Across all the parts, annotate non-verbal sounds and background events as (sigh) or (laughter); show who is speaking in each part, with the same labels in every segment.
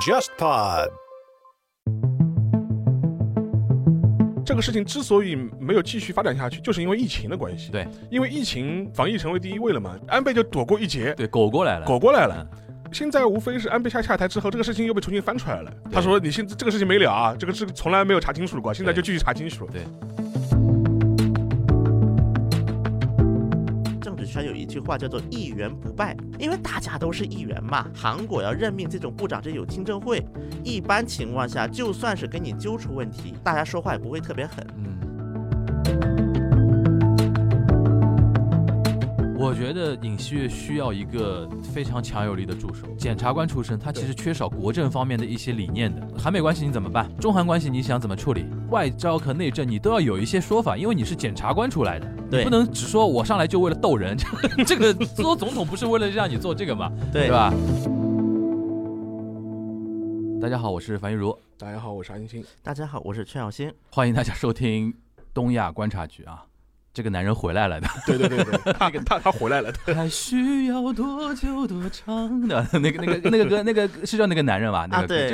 Speaker 1: JustPod。这个事情之所以没有继续发展下去，就是因为疫情的关系。
Speaker 2: 对，
Speaker 1: 因为疫情防疫成为第一位了嘛，安倍就躲过一劫，
Speaker 2: 对，狗过来了，
Speaker 1: 躲过来了。现在无非是安倍下下台之后，这个事情又被重新翻出来了。他说：“你现这个事情没了啊，这个是从来没有查清楚过，现在就继续查清楚。”
Speaker 2: 对，
Speaker 3: 政治圈有一句话叫做“一元不败”，因为大家都是议员嘛。韩国要任命这种部长，这有听证会。一般情况下，就算是跟你揪出问题，大家说话也不会特别狠。
Speaker 2: 嗯我觉得尹锡悦需要一个非常强有力的助手。检察官出身，他其实缺少国政方面的一些理念的。韩美关系你怎么办？中韩关系你想怎么处理？外交和内政你都要有一些说法，因为你是检察官出来的，
Speaker 3: 对
Speaker 2: 你不能只说我上来就为了逗人。 (laughs) 这个做总统不是为了让你做这个嘛，
Speaker 3: 对
Speaker 2: 对吧？大家好，我是樊玉茹，
Speaker 1: 大家好，我是安心。
Speaker 3: 大家好，我是全小新。
Speaker 2: 欢迎大家收听东亚观察局啊。这个男人回来了的，
Speaker 1: (laughs) 对对对对，他他他回来了。
Speaker 2: 还需要多久多长的？ (laughs) 那个、那个、那个歌，那个是叫那个男人吧？那
Speaker 3: 啊
Speaker 2: 个歌、
Speaker 3: 对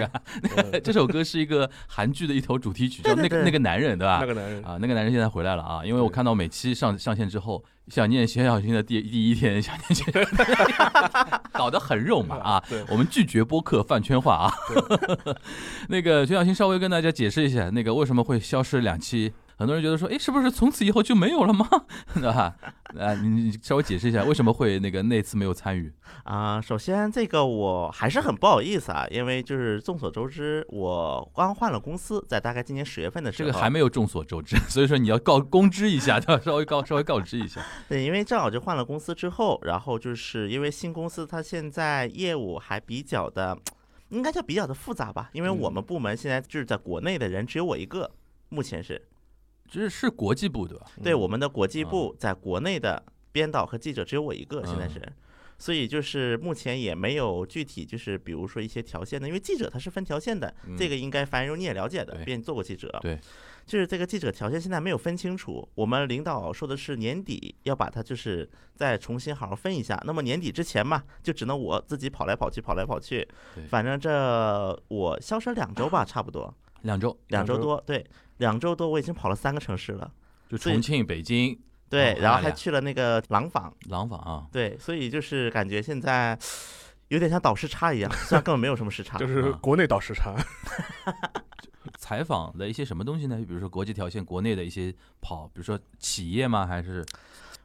Speaker 2: 这
Speaker 1: 呃
Speaker 2: 个这首歌是一个韩剧的一头主题曲，叫那
Speaker 3: 对对
Speaker 2: 个
Speaker 3: 对
Speaker 2: 那个男人，对吧
Speaker 1: 那？个男人，
Speaker 2: 啊，那个男人现在回来了啊！因为我
Speaker 1: 对
Speaker 2: 看到每期上上线之后，想念钱小新的第第一天，想念钱小新，搞得很肉麻啊！
Speaker 1: 对
Speaker 2: 我们拒绝播客饭圈化啊！ (laughs) 那个钱小新稍微跟大家解释一下，那个为什么会消失两期？很多人觉得说，哎，是不是从此以后就没有了吗？ (laughs) 对吧？啊，你你稍微解释一下，为什么会那个那次没有参与？
Speaker 3: 啊、首先这个我还是很不好意思啊，因为就是众所周知，我刚换了公司，在大概今年十月份的时
Speaker 2: 这
Speaker 3: 候，
Speaker 2: 个还没有众所周知， (laughs) 所以说你要告公知一下，对吧？稍微告稍微告知一下。
Speaker 3: 对，因为正好就换了公司之后，然后就是因为新公司它现在业务还比较的，应该叫比较的复杂吧，因为我们部门现在就是在国内的人只有我一个，目前是
Speaker 2: 这是国际部对吧？
Speaker 3: 对
Speaker 1: 嗯
Speaker 3: 我们的国际部在国内的编导和记者只有我一个，现在是。所以就是目前也没有具体，就是比如说一些条线的，因为记者他是分条线的，这
Speaker 2: 嗯
Speaker 3: 个应该樊荣你也了解的
Speaker 2: 对，
Speaker 3: 毕竟你做过记者。
Speaker 2: 对，
Speaker 3: 就是这个记者条件现在没有分清楚。我们领导说的是年底要把它就是再重新好好分一下。那么年底之前嘛，就只能我自己跑来跑去，跑来跑去
Speaker 2: 对。
Speaker 3: 反正这我消失两周吧，差不多
Speaker 2: 两周
Speaker 3: 两
Speaker 1: 两周
Speaker 3: 周多。对，两周多我已经跑了三个城市了。
Speaker 2: 就
Speaker 3: 所以
Speaker 2: 重庆、北京、
Speaker 3: 对，
Speaker 2: 哦
Speaker 3: 然后
Speaker 2: 哎呀
Speaker 3: 还去了那个廊坊。
Speaker 2: 廊坊啊。
Speaker 3: 对，所以就是感觉现在有点像倒时差一样，虽然根本没有什么时差。
Speaker 1: 就是国内倒时差，
Speaker 2: 采访的一些什么东西呢？比如说国际条线、国内的一些跑，比如说企业吗？还是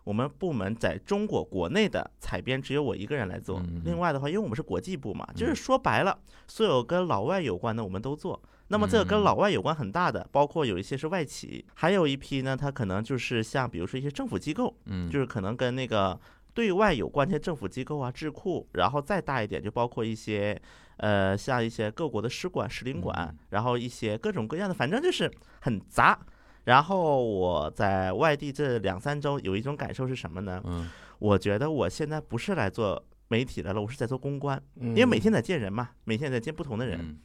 Speaker 3: 我们部门在中国国内的采编只有我一个人来做，
Speaker 2: 嗯嗯嗯
Speaker 3: 另外的话，因为我们是国际部嘛，就是
Speaker 2: 嗯
Speaker 3: 说白了，所有跟老外有关的我们都做。那么这个
Speaker 2: 嗯
Speaker 3: 跟老外有关很大的，包括有一些是外企，还有一批呢，它可能就是像比如说一些政府机构，
Speaker 2: 嗯，
Speaker 3: 就是可能跟那个对外有关的政府机构啊、智库，然后再大一点就包括一些呃，像一些各国的使馆、使领馆
Speaker 2: 嗯，
Speaker 3: 然后一些各种各样的，反正就是很杂。然后我在外地这两三周有一种感受是什么呢？
Speaker 2: 嗯
Speaker 3: 我觉得我现在不是来做媒体来了，我是在做公关，
Speaker 1: 因
Speaker 3: 因为每天在见人嘛，每天在见不同的人。
Speaker 2: 嗯，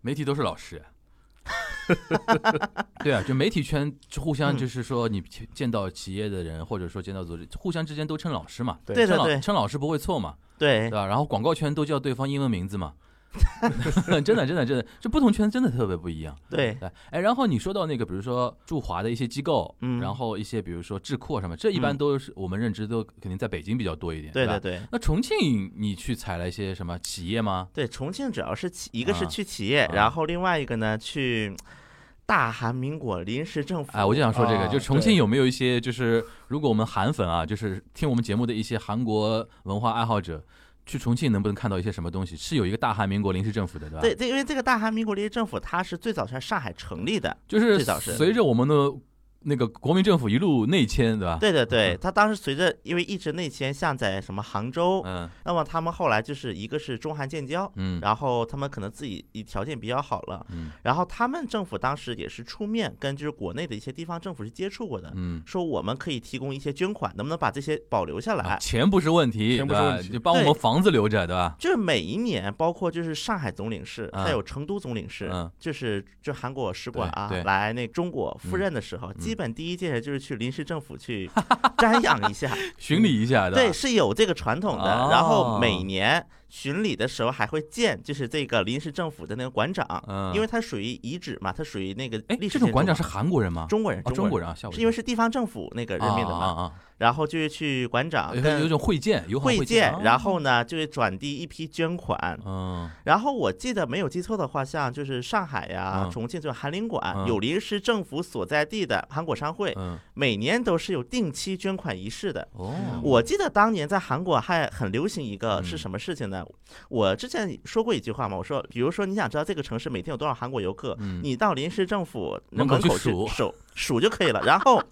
Speaker 2: 媒体都是老师。 (laughs) 对啊，就媒体圈互相
Speaker 3: 嗯
Speaker 2: 就是说，你见到企业的人，或者说见到组织，互相之间都称老师嘛，
Speaker 1: 对
Speaker 3: 对
Speaker 2: 称
Speaker 3: 对
Speaker 2: 老
Speaker 3: 对
Speaker 2: 称老师不会错嘛，
Speaker 3: 对
Speaker 2: 对吧？然后广告圈都叫对方英文名字嘛， (laughs) 真的真的真的，这不同圈真的特别不一样。
Speaker 3: 对，
Speaker 2: 对，哎，然后你说到那个，比如说驻华的一些机构，
Speaker 3: 嗯
Speaker 2: 然后一些比如说智库啊什么，这一般
Speaker 3: 嗯
Speaker 2: 都是我们认知都肯定在北京比较多一点，
Speaker 3: 对
Speaker 2: 吧
Speaker 3: 对？对。
Speaker 2: 那重庆你去采了一些什么企业吗？
Speaker 3: 对，重庆主要是企，一个是
Speaker 2: 啊
Speaker 3: 去企业，
Speaker 2: 啊
Speaker 3: 然后另外一个呢去大韩民国临时政府。
Speaker 2: 哎，我就想说这个，
Speaker 1: 啊
Speaker 2: 就重庆
Speaker 1: 对
Speaker 2: 有没有一些，就是如果我们韩粉啊，就是听我们节目的一些韩国文化爱好者，去重庆能不能看到一些什么东西？是有一个大韩民国临时政府的，对吧？
Speaker 3: 对，，这因为这个大韩民国临时政府它是最早在上海成立的，
Speaker 2: 就是
Speaker 3: 最早是
Speaker 2: 随着我们的那个国民政府一路内迁，对吧？，
Speaker 3: 对对对，
Speaker 2: 嗯
Speaker 3: 它当时随着因为一直内迁，像在什么杭州，
Speaker 2: 嗯
Speaker 3: 那么他们后来就是一个是中韩建交，
Speaker 2: 嗯
Speaker 3: 然后他们可能自己条件比较好了，
Speaker 2: 嗯
Speaker 3: 然后他们政府当时也是出面跟就是国内的一些地方政府是接触过的，
Speaker 2: 嗯，
Speaker 3: 说我们可以提供一些捐款，能不能把这些保留下
Speaker 2: 啊
Speaker 3: 来？
Speaker 2: 钱不是问题，
Speaker 1: 钱不
Speaker 2: 对
Speaker 1: 是
Speaker 2: 吧？
Speaker 1: 问题
Speaker 2: 就帮我们
Speaker 3: 哎对
Speaker 2: 房子留着，对吧？
Speaker 3: 就是每一年，包括就是上海总领事，
Speaker 2: 啊
Speaker 3: 还有成都总领事，
Speaker 2: 嗯
Speaker 3: 就是就韩国使馆
Speaker 2: 对
Speaker 3: 啊
Speaker 2: 对
Speaker 3: 来那中国赴任的时候，
Speaker 2: 嗯
Speaker 3: 基本第一件事就是去临时政
Speaker 2: (laughs)
Speaker 3: 府去瞻仰一下，
Speaker 2: 巡礼一下的。
Speaker 3: 对，，是有这个传统的。然
Speaker 2: 哦
Speaker 3: 后每年巡礼的时候还会见，就是这个临时政府的那个馆长，
Speaker 2: 嗯，
Speaker 3: 因为它属于遗址嘛，它属于那个
Speaker 2: 哎，
Speaker 3: 历史
Speaker 2: 这种
Speaker 3: 建筑
Speaker 2: 馆长是
Speaker 3: 嘛
Speaker 2: 韩国人吗？
Speaker 3: 中国人，
Speaker 2: 啊，中国
Speaker 3: 人，
Speaker 2: 人啊，吓我一
Speaker 3: 是因为
Speaker 2: 跳
Speaker 3: 是地方政府那个任命的
Speaker 2: 啊
Speaker 3: 嘛。
Speaker 2: 啊啊
Speaker 3: 然后就是去馆
Speaker 2: 啊，
Speaker 3: 长
Speaker 2: 有有一
Speaker 3: 跟
Speaker 2: 种会见，友好
Speaker 3: 会
Speaker 2: 见哦
Speaker 3: 见，，然后呢就是转递一批捐款。
Speaker 2: 嗯，
Speaker 3: 然后我记得没有记错的话，像就是上海呀
Speaker 2: 嗯、重
Speaker 3: 重庆，就是韩领
Speaker 2: 嗯
Speaker 3: 馆有临时政府所在地的韩国商会，
Speaker 2: 嗯
Speaker 3: 每年都是有定期捐款仪式的。
Speaker 2: 哦，
Speaker 3: 我记得当年在韩国还很流行一个是
Speaker 2: 嗯
Speaker 3: 什么事情呢？我之前说过一句话嘛，我说，比如说你想知道这个城市每天有多少韩国游客，
Speaker 2: 嗯
Speaker 3: 你到临时政府
Speaker 2: 门
Speaker 3: 门
Speaker 2: 口
Speaker 3: 口
Speaker 2: 去
Speaker 3: 去
Speaker 2: 数
Speaker 3: 数数就可以了。然后，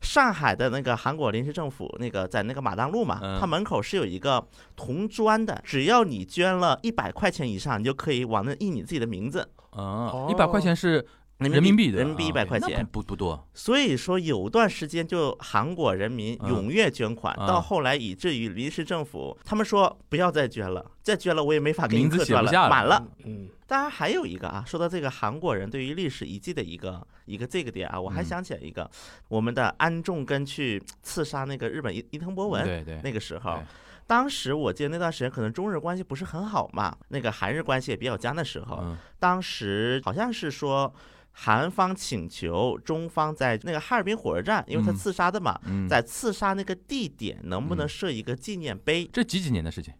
Speaker 3: 上海的那个韩国临时政府那个在那个马当路嘛，
Speaker 2: 嗯
Speaker 3: 它门口是有一个铜砖的，只要你捐了一百块钱以上，你就可以往那印你自己的名字，
Speaker 2: 啊，一百块钱是人
Speaker 3: 哦人
Speaker 2: 民币的，
Speaker 3: 人民币
Speaker 2: 啊
Speaker 3: 一百
Speaker 2: ，OK，
Speaker 3: 块
Speaker 2: 那
Speaker 3: 钱。
Speaker 2: 不不不多，
Speaker 3: 所以说有段时间就韩国人民
Speaker 2: 嗯
Speaker 3: 踊跃捐款，
Speaker 2: 嗯
Speaker 3: 到后来以至于临时政府他们说不要再捐了，再捐了我也没法给你
Speaker 2: 名字
Speaker 3: 客
Speaker 2: 写
Speaker 3: 串
Speaker 2: 不下
Speaker 3: 满
Speaker 2: 了
Speaker 3: 了。
Speaker 1: 嗯，
Speaker 3: 当然还有一个啊，说到这个韩国人对于历史遗迹的一个一个这个点啊，我还
Speaker 2: 嗯
Speaker 3: 想起来一个，我们的安重根去刺杀那个日本伊伊藤博文。
Speaker 2: 对对，
Speaker 3: 那个时候
Speaker 2: 对，
Speaker 3: 当时我记得那段时间可能中日关系不是很好嘛，那个韩日关系也比较僵的时候，
Speaker 2: 嗯
Speaker 3: 当时好像是说韩方请求中方在那个哈尔滨火车站，因为他
Speaker 2: 嗯
Speaker 3: 刺杀的嘛，
Speaker 2: 嗯，
Speaker 3: 在刺杀那个地点能不
Speaker 2: 嗯
Speaker 3: 能设一个纪念碑？
Speaker 2: 这几几年的事情，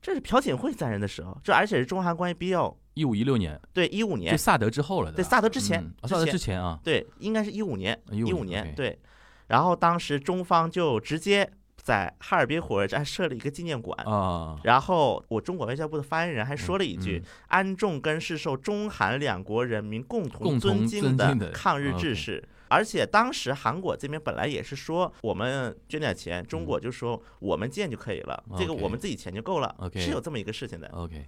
Speaker 3: 这是朴槿惠在任的时候，这而且是中韩关系比较
Speaker 2: 一五一六年，
Speaker 3: 对一五
Speaker 2: 就
Speaker 3: 年，
Speaker 2: 萨德之后了，
Speaker 3: 对
Speaker 2: 吧
Speaker 3: 萨德之前
Speaker 2: 嗯，啊
Speaker 3: 之
Speaker 2: 萨德
Speaker 3: 前
Speaker 2: 之前啊，
Speaker 3: 对，应该是一五年，
Speaker 2: 15
Speaker 3: 一五
Speaker 2: 年
Speaker 3: 年
Speaker 2: ，OK
Speaker 3: 对。然后当时中方就直接在哈尔滨火车站设了一个纪念馆。
Speaker 2: 啊，
Speaker 3: 然后，我中国外交部的发言人还说了一
Speaker 2: 嗯
Speaker 3: 句：“安重根是受中韩两国人民共
Speaker 2: 共
Speaker 3: 同
Speaker 2: 同
Speaker 3: 尊
Speaker 2: 尊
Speaker 3: 敬
Speaker 2: 敬的
Speaker 3: 的抗日
Speaker 2: OK
Speaker 3: 志士。而且当时韩国这边本来也是说，我们捐点钱，中国就说我们建就可以了，这个
Speaker 2: 嗯 OK
Speaker 3: 我们自己钱就够了
Speaker 2: OK
Speaker 3: 是有这么一个事情的。
Speaker 2: ，OK，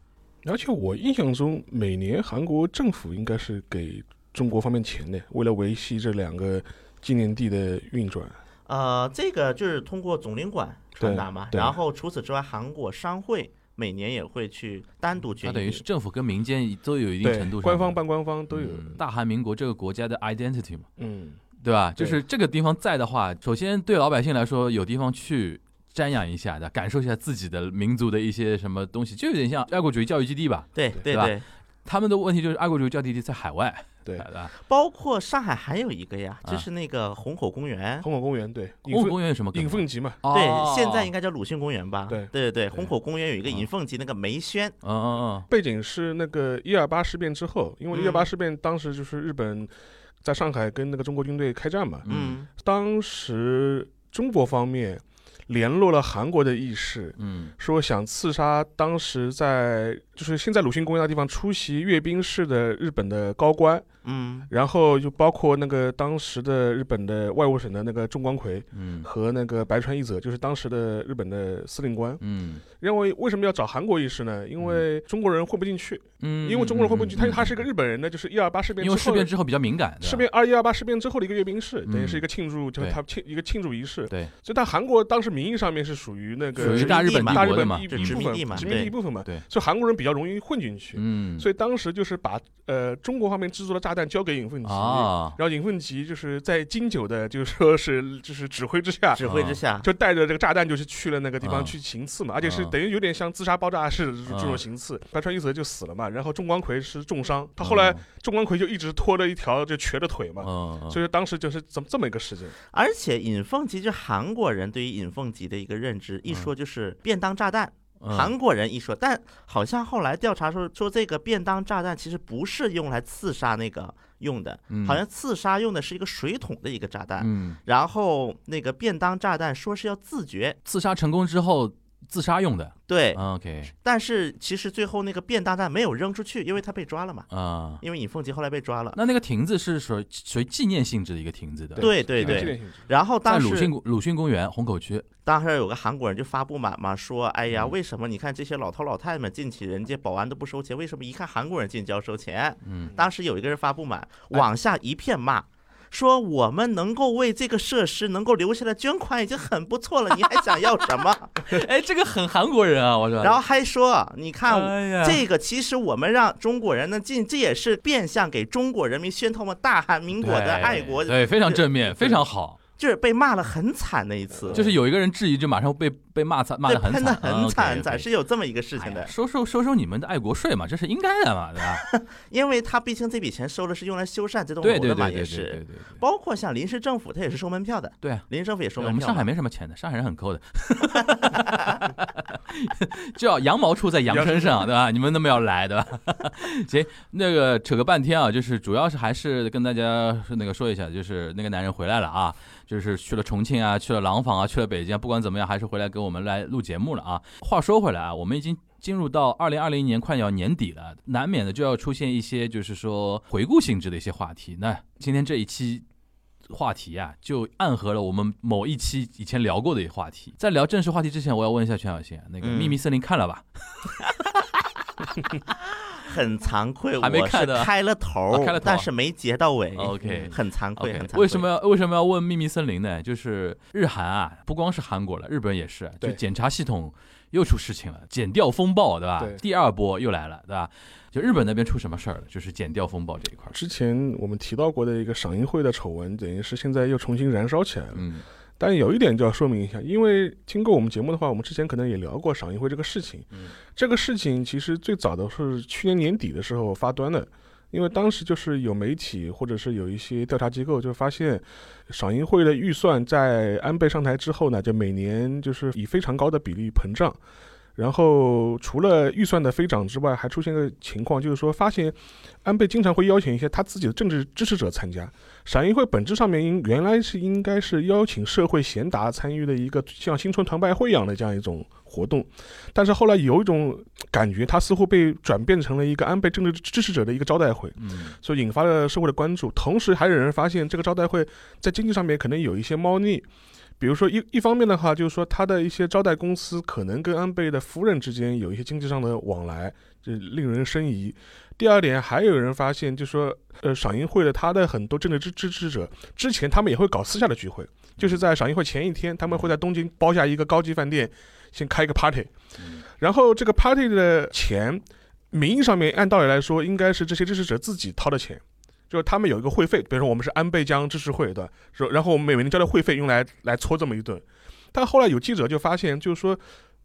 Speaker 1: 而且我印象中，每年韩国政府应该是给中国方面钱的，为了维系这两个纪念地的运转。
Speaker 3: 呃，这个就是通过总领馆传达嘛。
Speaker 1: 对对
Speaker 3: 然后除此之外，韩国商会每年也会去单独
Speaker 2: 它
Speaker 3: 捐
Speaker 2: 啊等于
Speaker 3: 一
Speaker 2: 是
Speaker 3: 笔。
Speaker 2: 政府跟民间都有一定
Speaker 1: 对
Speaker 2: 程度，上
Speaker 1: 官
Speaker 2: 的
Speaker 1: 方办官方都有。
Speaker 2: 嗯大韩民国这个国家的 identity 嘛，
Speaker 1: 嗯，
Speaker 2: 对吧？就
Speaker 1: 对
Speaker 2: 是这个地方在的话，首先对老百姓来说，有地方去瞻仰一下的，感受一下自己的民族的一些什么东西，就有点像爱国主义教育基地吧。
Speaker 3: 对
Speaker 2: 对
Speaker 3: 对
Speaker 2: 吧
Speaker 3: 对，
Speaker 2: 他们的问题就是爱国主义教育基地在海外，
Speaker 1: 对
Speaker 2: 吧？
Speaker 3: 包括上海还有一个呀，
Speaker 2: 啊
Speaker 3: 就是那个虹口公园。
Speaker 1: 虹口公园对，尹
Speaker 2: 公
Speaker 1: 凤
Speaker 2: 公园有什么梗？
Speaker 1: 尹凤吉嘛，
Speaker 2: 哦
Speaker 3: 对，现在应该叫鲁迅公园吧？
Speaker 1: 对
Speaker 3: 对对对，虹口公园有一个
Speaker 2: 嗯
Speaker 3: 银凤集那个梅轩，
Speaker 2: 嗯嗯
Speaker 1: 背景是那个一二八事变之后，因为
Speaker 3: 嗯
Speaker 1: 一二八事变当时就是日本在上海跟那个中国军队开战嘛，
Speaker 2: 嗯
Speaker 3: 嗯
Speaker 1: 当时中国方面联络了韩国的义士，
Speaker 2: 嗯
Speaker 1: 说想刺杀当时在就是现在鲁迅公园那地方出席阅兵式的日本的高官，
Speaker 3: 嗯
Speaker 1: 然后就包括那个当时的日本的外务省的那个重光葵
Speaker 2: 嗯
Speaker 1: 和那个白川义则，就是当时的日本的司令官。
Speaker 2: 嗯
Speaker 1: 认为为什么要找韩国义士呢？因为中国人混不进去，
Speaker 2: 嗯，
Speaker 1: 因为中国人混不进去，他
Speaker 2: 嗯
Speaker 1: 他是一个，日本人呢，就是一二八事变
Speaker 2: 因
Speaker 1: 之
Speaker 2: 为
Speaker 1: 后
Speaker 2: 事变之后比较敏感，对吧
Speaker 1: 事变二一二八事变之后的一个阅兵式，
Speaker 2: 嗯
Speaker 1: 等于是一个庆祝，就是
Speaker 2: 对
Speaker 1: 他庆一个庆祝仪式。
Speaker 2: 对
Speaker 1: 所以，但韩国当时名义上面是属于那
Speaker 2: 属
Speaker 1: 个
Speaker 2: 于大日本帝
Speaker 1: 大日
Speaker 2: 国的
Speaker 1: 本
Speaker 2: 嘛嗯
Speaker 1: 一，
Speaker 3: 就
Speaker 1: 一
Speaker 3: 殖
Speaker 1: 部
Speaker 3: 民
Speaker 1: 分
Speaker 3: 地嘛
Speaker 1: 殖民地
Speaker 3: 对
Speaker 1: 一部分嘛，
Speaker 2: 对
Speaker 1: 所以韩国人比较容易混进去。
Speaker 2: 嗯，
Speaker 1: 所以当时就是把呃中国方面制作的炸弹交给尹凤吉，
Speaker 3: 哦
Speaker 2: 啊，
Speaker 1: 然后尹凤吉就是在金九的，就是说是就是指挥之下，
Speaker 3: 指挥之下，
Speaker 1: 就带着这个炸弹就是去了那个地
Speaker 2: 啊
Speaker 1: 方
Speaker 3: 哦
Speaker 1: 去行刺嘛，而且是
Speaker 2: 啊
Speaker 1: 等于有点像自杀爆炸式的这
Speaker 2: 啊
Speaker 1: 种行刺。白川一则就死了嘛，然后重光葵是重伤，他后来
Speaker 3: 哦
Speaker 1: 重光葵就一直拖着一条就瘸着腿嘛，
Speaker 2: 嗯，嗯
Speaker 1: 所以当时就是这么这么一个事情。
Speaker 3: 而且尹凤吉就韩国人对于尹凤吉的一个认知，一说就是便当炸弹，
Speaker 2: 嗯
Speaker 3: 韩国人一说，但好像后来调查说说这个便当炸弹其实不是用来刺杀那个用的，
Speaker 2: 嗯
Speaker 3: 好像刺杀用的是一个水桶的一个炸弹，
Speaker 2: 嗯，
Speaker 3: 然后那个便当炸弹说是要自决，
Speaker 2: 刺杀成功之后自杀用的啊
Speaker 3: 对，
Speaker 2: ，OK
Speaker 3: 但是其实最后那个便当炸弹没有扔出去，因为他被抓了嘛，
Speaker 2: 啊。
Speaker 3: 因为尹凤吉后来被抓了，
Speaker 2: 那那个亭子是属于属于纪念性质的一个亭子的，
Speaker 3: 对对
Speaker 1: 一个
Speaker 3: 对
Speaker 1: 纪念性质
Speaker 3: 然后
Speaker 2: 在
Speaker 3: 当
Speaker 2: 鲁
Speaker 3: 时
Speaker 2: 迅公鲁迅公园虹口区，
Speaker 3: 当时有个韩国人就发布嘛嘛说，哎呀，
Speaker 2: 嗯
Speaker 3: 为什么你看这些老头老太们进去，人家保安都不收 (laughs) 钱，为什么一看韩国人进去就要收钱？
Speaker 2: 嗯，
Speaker 3: 当时有一个人发布满，往下一片骂，说我们能够为这个设施能够留下的捐款已经很不错了，你还想要什
Speaker 2: (laughs)
Speaker 3: 么？
Speaker 2: 哎，这个很韩国人啊，我说。
Speaker 3: 然后还说，你看
Speaker 2: 哎呀，
Speaker 3: 这个其实我们让中国人能进，这也是变相给中国人民宣透我们大韩民国的爱国，
Speaker 2: 对，对非常正面，非常好。
Speaker 3: 就是被骂了很惨那一次，
Speaker 2: 就是有一个人质疑，就马上被被骂惨，骂
Speaker 3: 对
Speaker 2: 的很
Speaker 3: 喷的
Speaker 2: 惨，哎
Speaker 3: 很惨很惨，
Speaker 2: 暂时
Speaker 3: 是有这么一个事情的。
Speaker 2: 收收收收你们的爱国税嘛，这是应该的嘛，对
Speaker 3: (laughs)
Speaker 2: 吧？
Speaker 3: 因为他毕竟这笔钱收了是用来修缮这栋
Speaker 2: 对
Speaker 3: 楼
Speaker 2: 对对
Speaker 3: 的嘛，
Speaker 2: 对对
Speaker 3: 也
Speaker 2: 对
Speaker 3: 是，
Speaker 2: 对对。
Speaker 3: 包括像临时政府，他也是收门票的，
Speaker 2: 对啊，
Speaker 3: 临时政府也收
Speaker 2: 我
Speaker 3: 门
Speaker 2: 们
Speaker 3: 票嘛。
Speaker 2: 上海没什么钱的，上海人很抠的， (laughs) 叫羊毛出在羊身上，对吧？你们那么要来，对吧？ (laughs) 行，那个扯个半天啊，就是主要是还是跟大家那个说一下，就是那个男人回来了啊，就是去了重庆啊，去了廊坊啊，去了北京啊，不管怎么样，还是回来给我们来录节目了啊。话说回来啊，我们已经。进入到二零二零年快要年底了，难免的就要出现一些就是说回顾性质的一些话题。那今天这一期话题啊，就暗合了我们某一期以前聊过的一个话题。在聊正式话题之前，我要问一下全小新，啊那个《
Speaker 3: 嗯
Speaker 2: 秘密森林》看了吧？
Speaker 3: 很惭愧，
Speaker 2: 还没
Speaker 3: 我是
Speaker 2: 看呢
Speaker 3: 开了头
Speaker 2: 啊，开了头
Speaker 3: 但是没截到尾。
Speaker 2: OK
Speaker 3: 很惭愧，
Speaker 2: OK，
Speaker 3: 很惭愧。
Speaker 2: 为什么要为什么要问秘密森林呢？就是日韩啊，不光是韩国了，日本也是，啊就
Speaker 1: 对
Speaker 2: 检查系统又出事情了，检调风暴，对吧？
Speaker 1: 对
Speaker 2: 第二波又来了，对吧？就日本那边出什么事儿了？就是检调风暴这一块儿。
Speaker 1: 之前我们提到过的一个赏樱会的丑闻，等于是现在又重新燃烧起来了。
Speaker 2: 嗯，
Speaker 1: 但有一点就要说明一下，因为听过我们节目的话，我们之前可能也聊过赏樱会这个事情。
Speaker 2: 嗯
Speaker 1: 这个事情其实最早的是去年年底的时候发端的，因为当时就是有媒体或者是有一些调查机构就发现，赏樱会的预算在安倍上台之后呢，就每年就是以非常高的比例膨胀。然后除了预算的飞涨之外，还出现个情况，就是说发现安倍经常会邀请一些他自己的政治支持者参加。赏樱会本质上面应原来是应该是邀请社会贤达参与的一个像新春团拜会一样的这样一种活动，但是后来有一种感觉，它似乎被转变成了一个安倍政治支持者的一个招待会，
Speaker 2: 嗯，
Speaker 1: 所以引发了社会的关注。同时，还有人发现这个招待会在经济上面可能有一些猫腻。比如说一一方面的话，就是说他的一些招待公司可能跟安倍的夫人之间有一些经济上的往来，这令人生疑。第二点，还有人发现，就是说，呃，赏樱会的他的很多政治支支持者之前他们也会搞私下的聚会，就是在赏樱会前一天，他们会在东京包下一个高级饭店，先开一个 party，
Speaker 2: 嗯
Speaker 1: 然后这个 party 的钱，名义上面按道理来说应该是这些支持者自己掏的钱。就是他们有一个会费，比如说我们是安倍江支持会，对吧？说然后我们每年交的会费用来来搓这么一顿。但后来有记者就发现，就是说，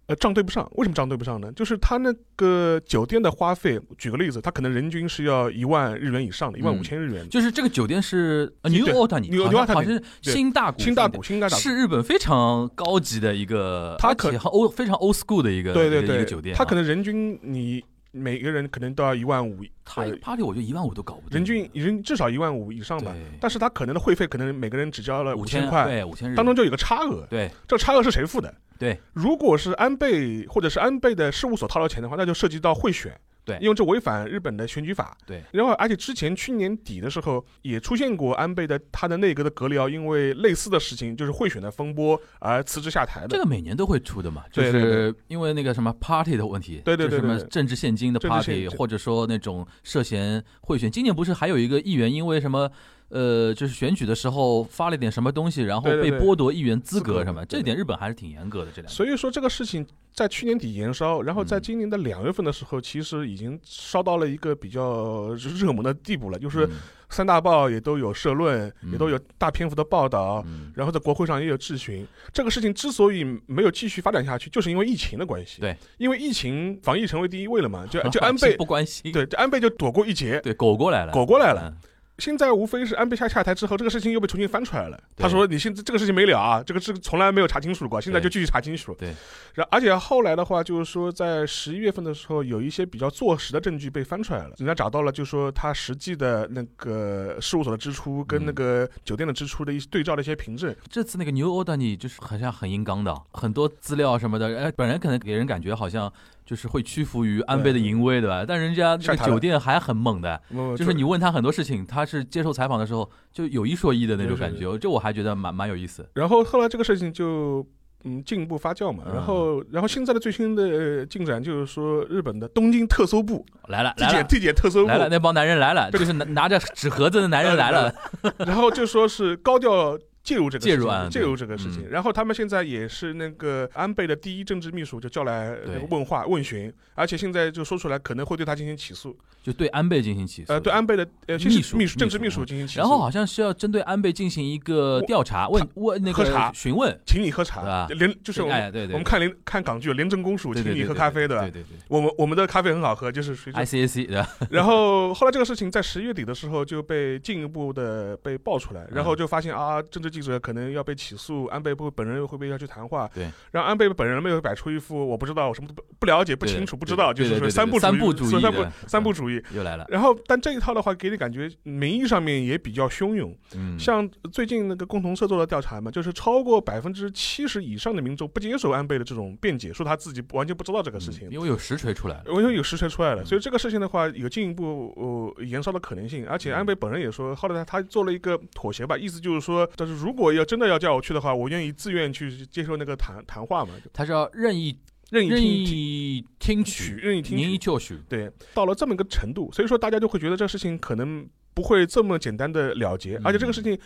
Speaker 1: 呃，账对不上。为什么账对不上呢？就是他那个酒店的花费，举个例子，他可能人均是要一万日元以上的，一万五千日元的。
Speaker 2: 就是这个酒店是呃 New
Speaker 1: 对
Speaker 2: Otani，
Speaker 1: New
Speaker 2: 好像
Speaker 1: Otani，
Speaker 2: 好像是
Speaker 1: 对
Speaker 2: 新大谷
Speaker 1: 新大
Speaker 2: 饭店
Speaker 1: 谷，新大谷
Speaker 2: 是日本非常高级的一个，
Speaker 1: 它
Speaker 2: 而
Speaker 1: 可
Speaker 2: 且很欧非常 old school 的一个
Speaker 1: 对
Speaker 2: 一
Speaker 1: 对
Speaker 2: 个一
Speaker 1: 对，
Speaker 2: 个酒店啊，
Speaker 1: 他可能人均你每个人可能都要一万五，
Speaker 2: 他一个 party 我觉得一万五都搞不定，
Speaker 1: 人均人至少一万五以上吧。
Speaker 2: 对
Speaker 1: 但是他可能的会费可能每个人只交了
Speaker 2: 五
Speaker 1: 千
Speaker 2: 千
Speaker 1: 块，
Speaker 2: 对五千日元
Speaker 1: 当中就有个差额。
Speaker 2: 对
Speaker 1: 这差额是谁付的？
Speaker 2: 对，
Speaker 1: 如果是安倍或者是安倍的事务所掏了钱的话，那就涉及到贿选。
Speaker 2: 对
Speaker 1: 因为这违反日本的选举法。
Speaker 2: 对，
Speaker 1: 然后而且之前去年底的时候也出现过安倍的他的内阁的阁僚因为类似的事情，就是贿选的风波而辞职下台的。
Speaker 2: 这个每年都会出的嘛，就
Speaker 1: 对对
Speaker 2: 是因为那个什么 party 的问题，
Speaker 1: 对对对
Speaker 2: 就是什
Speaker 1: 对
Speaker 2: 么
Speaker 1: 对
Speaker 2: 政治现金的
Speaker 1: 政治现
Speaker 2: party，
Speaker 1: 金
Speaker 2: 或者说那种涉嫌贿选。今年不是还有一个议员因为什么？呃，就是选举的时候发了点什么东西，然后
Speaker 1: 对对
Speaker 2: 被
Speaker 1: 对
Speaker 2: 剥夺议员资
Speaker 1: 资
Speaker 2: 格
Speaker 1: 格
Speaker 2: 什么，
Speaker 1: 对
Speaker 2: 这点日本还是挺严格的。这两个
Speaker 1: 所以说这个事情在去年底延烧，然后在今年的两月份的时候，其实已经烧到了一个比较热门的地步了，就是
Speaker 2: 嗯
Speaker 1: 三大报也都有社论，
Speaker 2: 嗯
Speaker 1: 也都有大篇幅的报道。
Speaker 2: 嗯
Speaker 1: 然后在国会上也有质询，这个事情之所以没有继续发展下去，就是因为疫情的关系。
Speaker 2: 对，
Speaker 1: 因为疫情防疫成为第一位了嘛，就就
Speaker 2: (laughs)
Speaker 1: 安
Speaker 2: 其实
Speaker 1: 倍，
Speaker 2: 不关心，
Speaker 1: 对，就安倍就躲过一劫。
Speaker 2: 对，狗过来了，
Speaker 1: 狗过来了
Speaker 2: 嗯，
Speaker 1: 现在无非是安倍下下台之后，这个事情又被重新翻出来了。
Speaker 2: 对
Speaker 1: 他说：“你现在这个事情没了啊，这个这个从来没有查清楚过，现在就继续查清楚。”
Speaker 2: 对。
Speaker 1: 然而且后来的话，就是说在十一月份的时候，有一些比较坐实的证据被翻出来了，人家找到了，就说他实际的那个事务所的支出跟那个酒店的支出的一些对照的一些凭证。
Speaker 2: 这次那个 New Order 你就是好像很硬刚的，很多资料什么的，哎，本来可能给人感觉好像就是会屈服于安倍的淫威，对吧？但人家这
Speaker 1: 下
Speaker 2: 个
Speaker 1: 台了
Speaker 2: 酒店还很猛的，
Speaker 1: 嗯
Speaker 2: 就是你问他很多事情，他是接受采访的时候就有一说一的那种感
Speaker 1: 对
Speaker 2: 觉，这我还觉得蛮蛮有意思。
Speaker 1: 然后后来这个事情就嗯进一步发酵嘛。
Speaker 2: 嗯
Speaker 1: 然后，然后现在的最新的呃进展就是说，日本的东京特搜部、
Speaker 2: 来了
Speaker 1: 地
Speaker 2: 来
Speaker 1: 检
Speaker 2: 了
Speaker 1: 地检特搜部
Speaker 2: 来，了，那帮男人来了，就是拿拿着纸盒子的男人
Speaker 1: (laughs)
Speaker 2: 来了，
Speaker 1: 然后就说是高调。介入这个
Speaker 2: 介
Speaker 1: 事
Speaker 2: 入
Speaker 1: 情，
Speaker 2: 案嗯
Speaker 1: 介入这个事情，然后他们现在也是那个安倍的第一政治秘书就叫来
Speaker 2: 对
Speaker 1: 那个问话问询，而且现在就说出来可能会对他进行起诉，
Speaker 2: 就对安倍进行起诉。
Speaker 1: 呃，对安倍的呃
Speaker 2: 秘
Speaker 1: 秘
Speaker 2: 书
Speaker 1: 秘书政治
Speaker 2: 秘
Speaker 1: 秘
Speaker 2: 书啊
Speaker 1: 书进行起诉，
Speaker 2: 然后好像是要针对安倍进行一个
Speaker 1: 我
Speaker 2: 调查，问问那
Speaker 1: 喝茶
Speaker 2: 个询问，
Speaker 1: 请你喝
Speaker 2: 对
Speaker 1: 茶
Speaker 2: 吧，
Speaker 1: 廉就是我们
Speaker 2: 哎，对对，
Speaker 1: 我们看廉看港剧廉政公署，
Speaker 2: 对
Speaker 1: 请
Speaker 2: 对对
Speaker 1: 你喝
Speaker 2: 对
Speaker 1: 咖啡，对吧
Speaker 2: 对？对啊对
Speaker 1: 我们我们的咖啡很好喝，就是水准。
Speaker 2: ，ICAC 对 (laughs) 吧？
Speaker 1: 然后后来这个事情在十月底的时候就被进一步的被爆出
Speaker 2: 嗯
Speaker 1: 来，然后就发现啊，政治记者可能要被起诉，安倍不本人会不会要去谈话？
Speaker 2: 对，
Speaker 1: 让安倍本人没有摆出一副我不知道，我什么都不不了解、不清楚、
Speaker 2: 对
Speaker 1: 不知道，就
Speaker 2: 对
Speaker 1: 是
Speaker 2: 对对
Speaker 1: 说
Speaker 2: 对
Speaker 1: 三不
Speaker 2: 三不
Speaker 1: 主
Speaker 2: 主
Speaker 1: 说
Speaker 2: 义嗯
Speaker 1: 三不
Speaker 2: 对
Speaker 1: 三不主义。
Speaker 2: 又来了，
Speaker 1: 然后，但这一套的话，给你感觉名义上面也比较汹涌。
Speaker 2: 嗯，
Speaker 1: 像最近那个共同社做的调查嘛，就是超过百分之七十以上的民众不接受安倍的这种辩解，说他自己完全不知道这个事情。
Speaker 2: 嗯
Speaker 1: 呃
Speaker 2: 因为有实锤出来了，
Speaker 1: 我因为有实锤出来了，
Speaker 2: 嗯
Speaker 1: 所以这个事情的话有进一步呃延烧的可能性，而
Speaker 2: 嗯
Speaker 1: 且安倍本人也说，后来他他做了一个妥协吧，意思就是说，但是如果要真的要叫我去的话，我愿意自愿去接受那个谈谈话嘛，就
Speaker 2: 他是要任意
Speaker 1: 任意
Speaker 2: 任
Speaker 1: 听听
Speaker 2: 意听
Speaker 1: 取
Speaker 2: 取，
Speaker 1: 任意听
Speaker 2: 任意
Speaker 1: 取，
Speaker 2: 教取，
Speaker 1: 对，到了这么一个程度，所以说大家就会觉得这事情可能不会这么简单的了结，
Speaker 2: 嗯
Speaker 1: 而且这个事情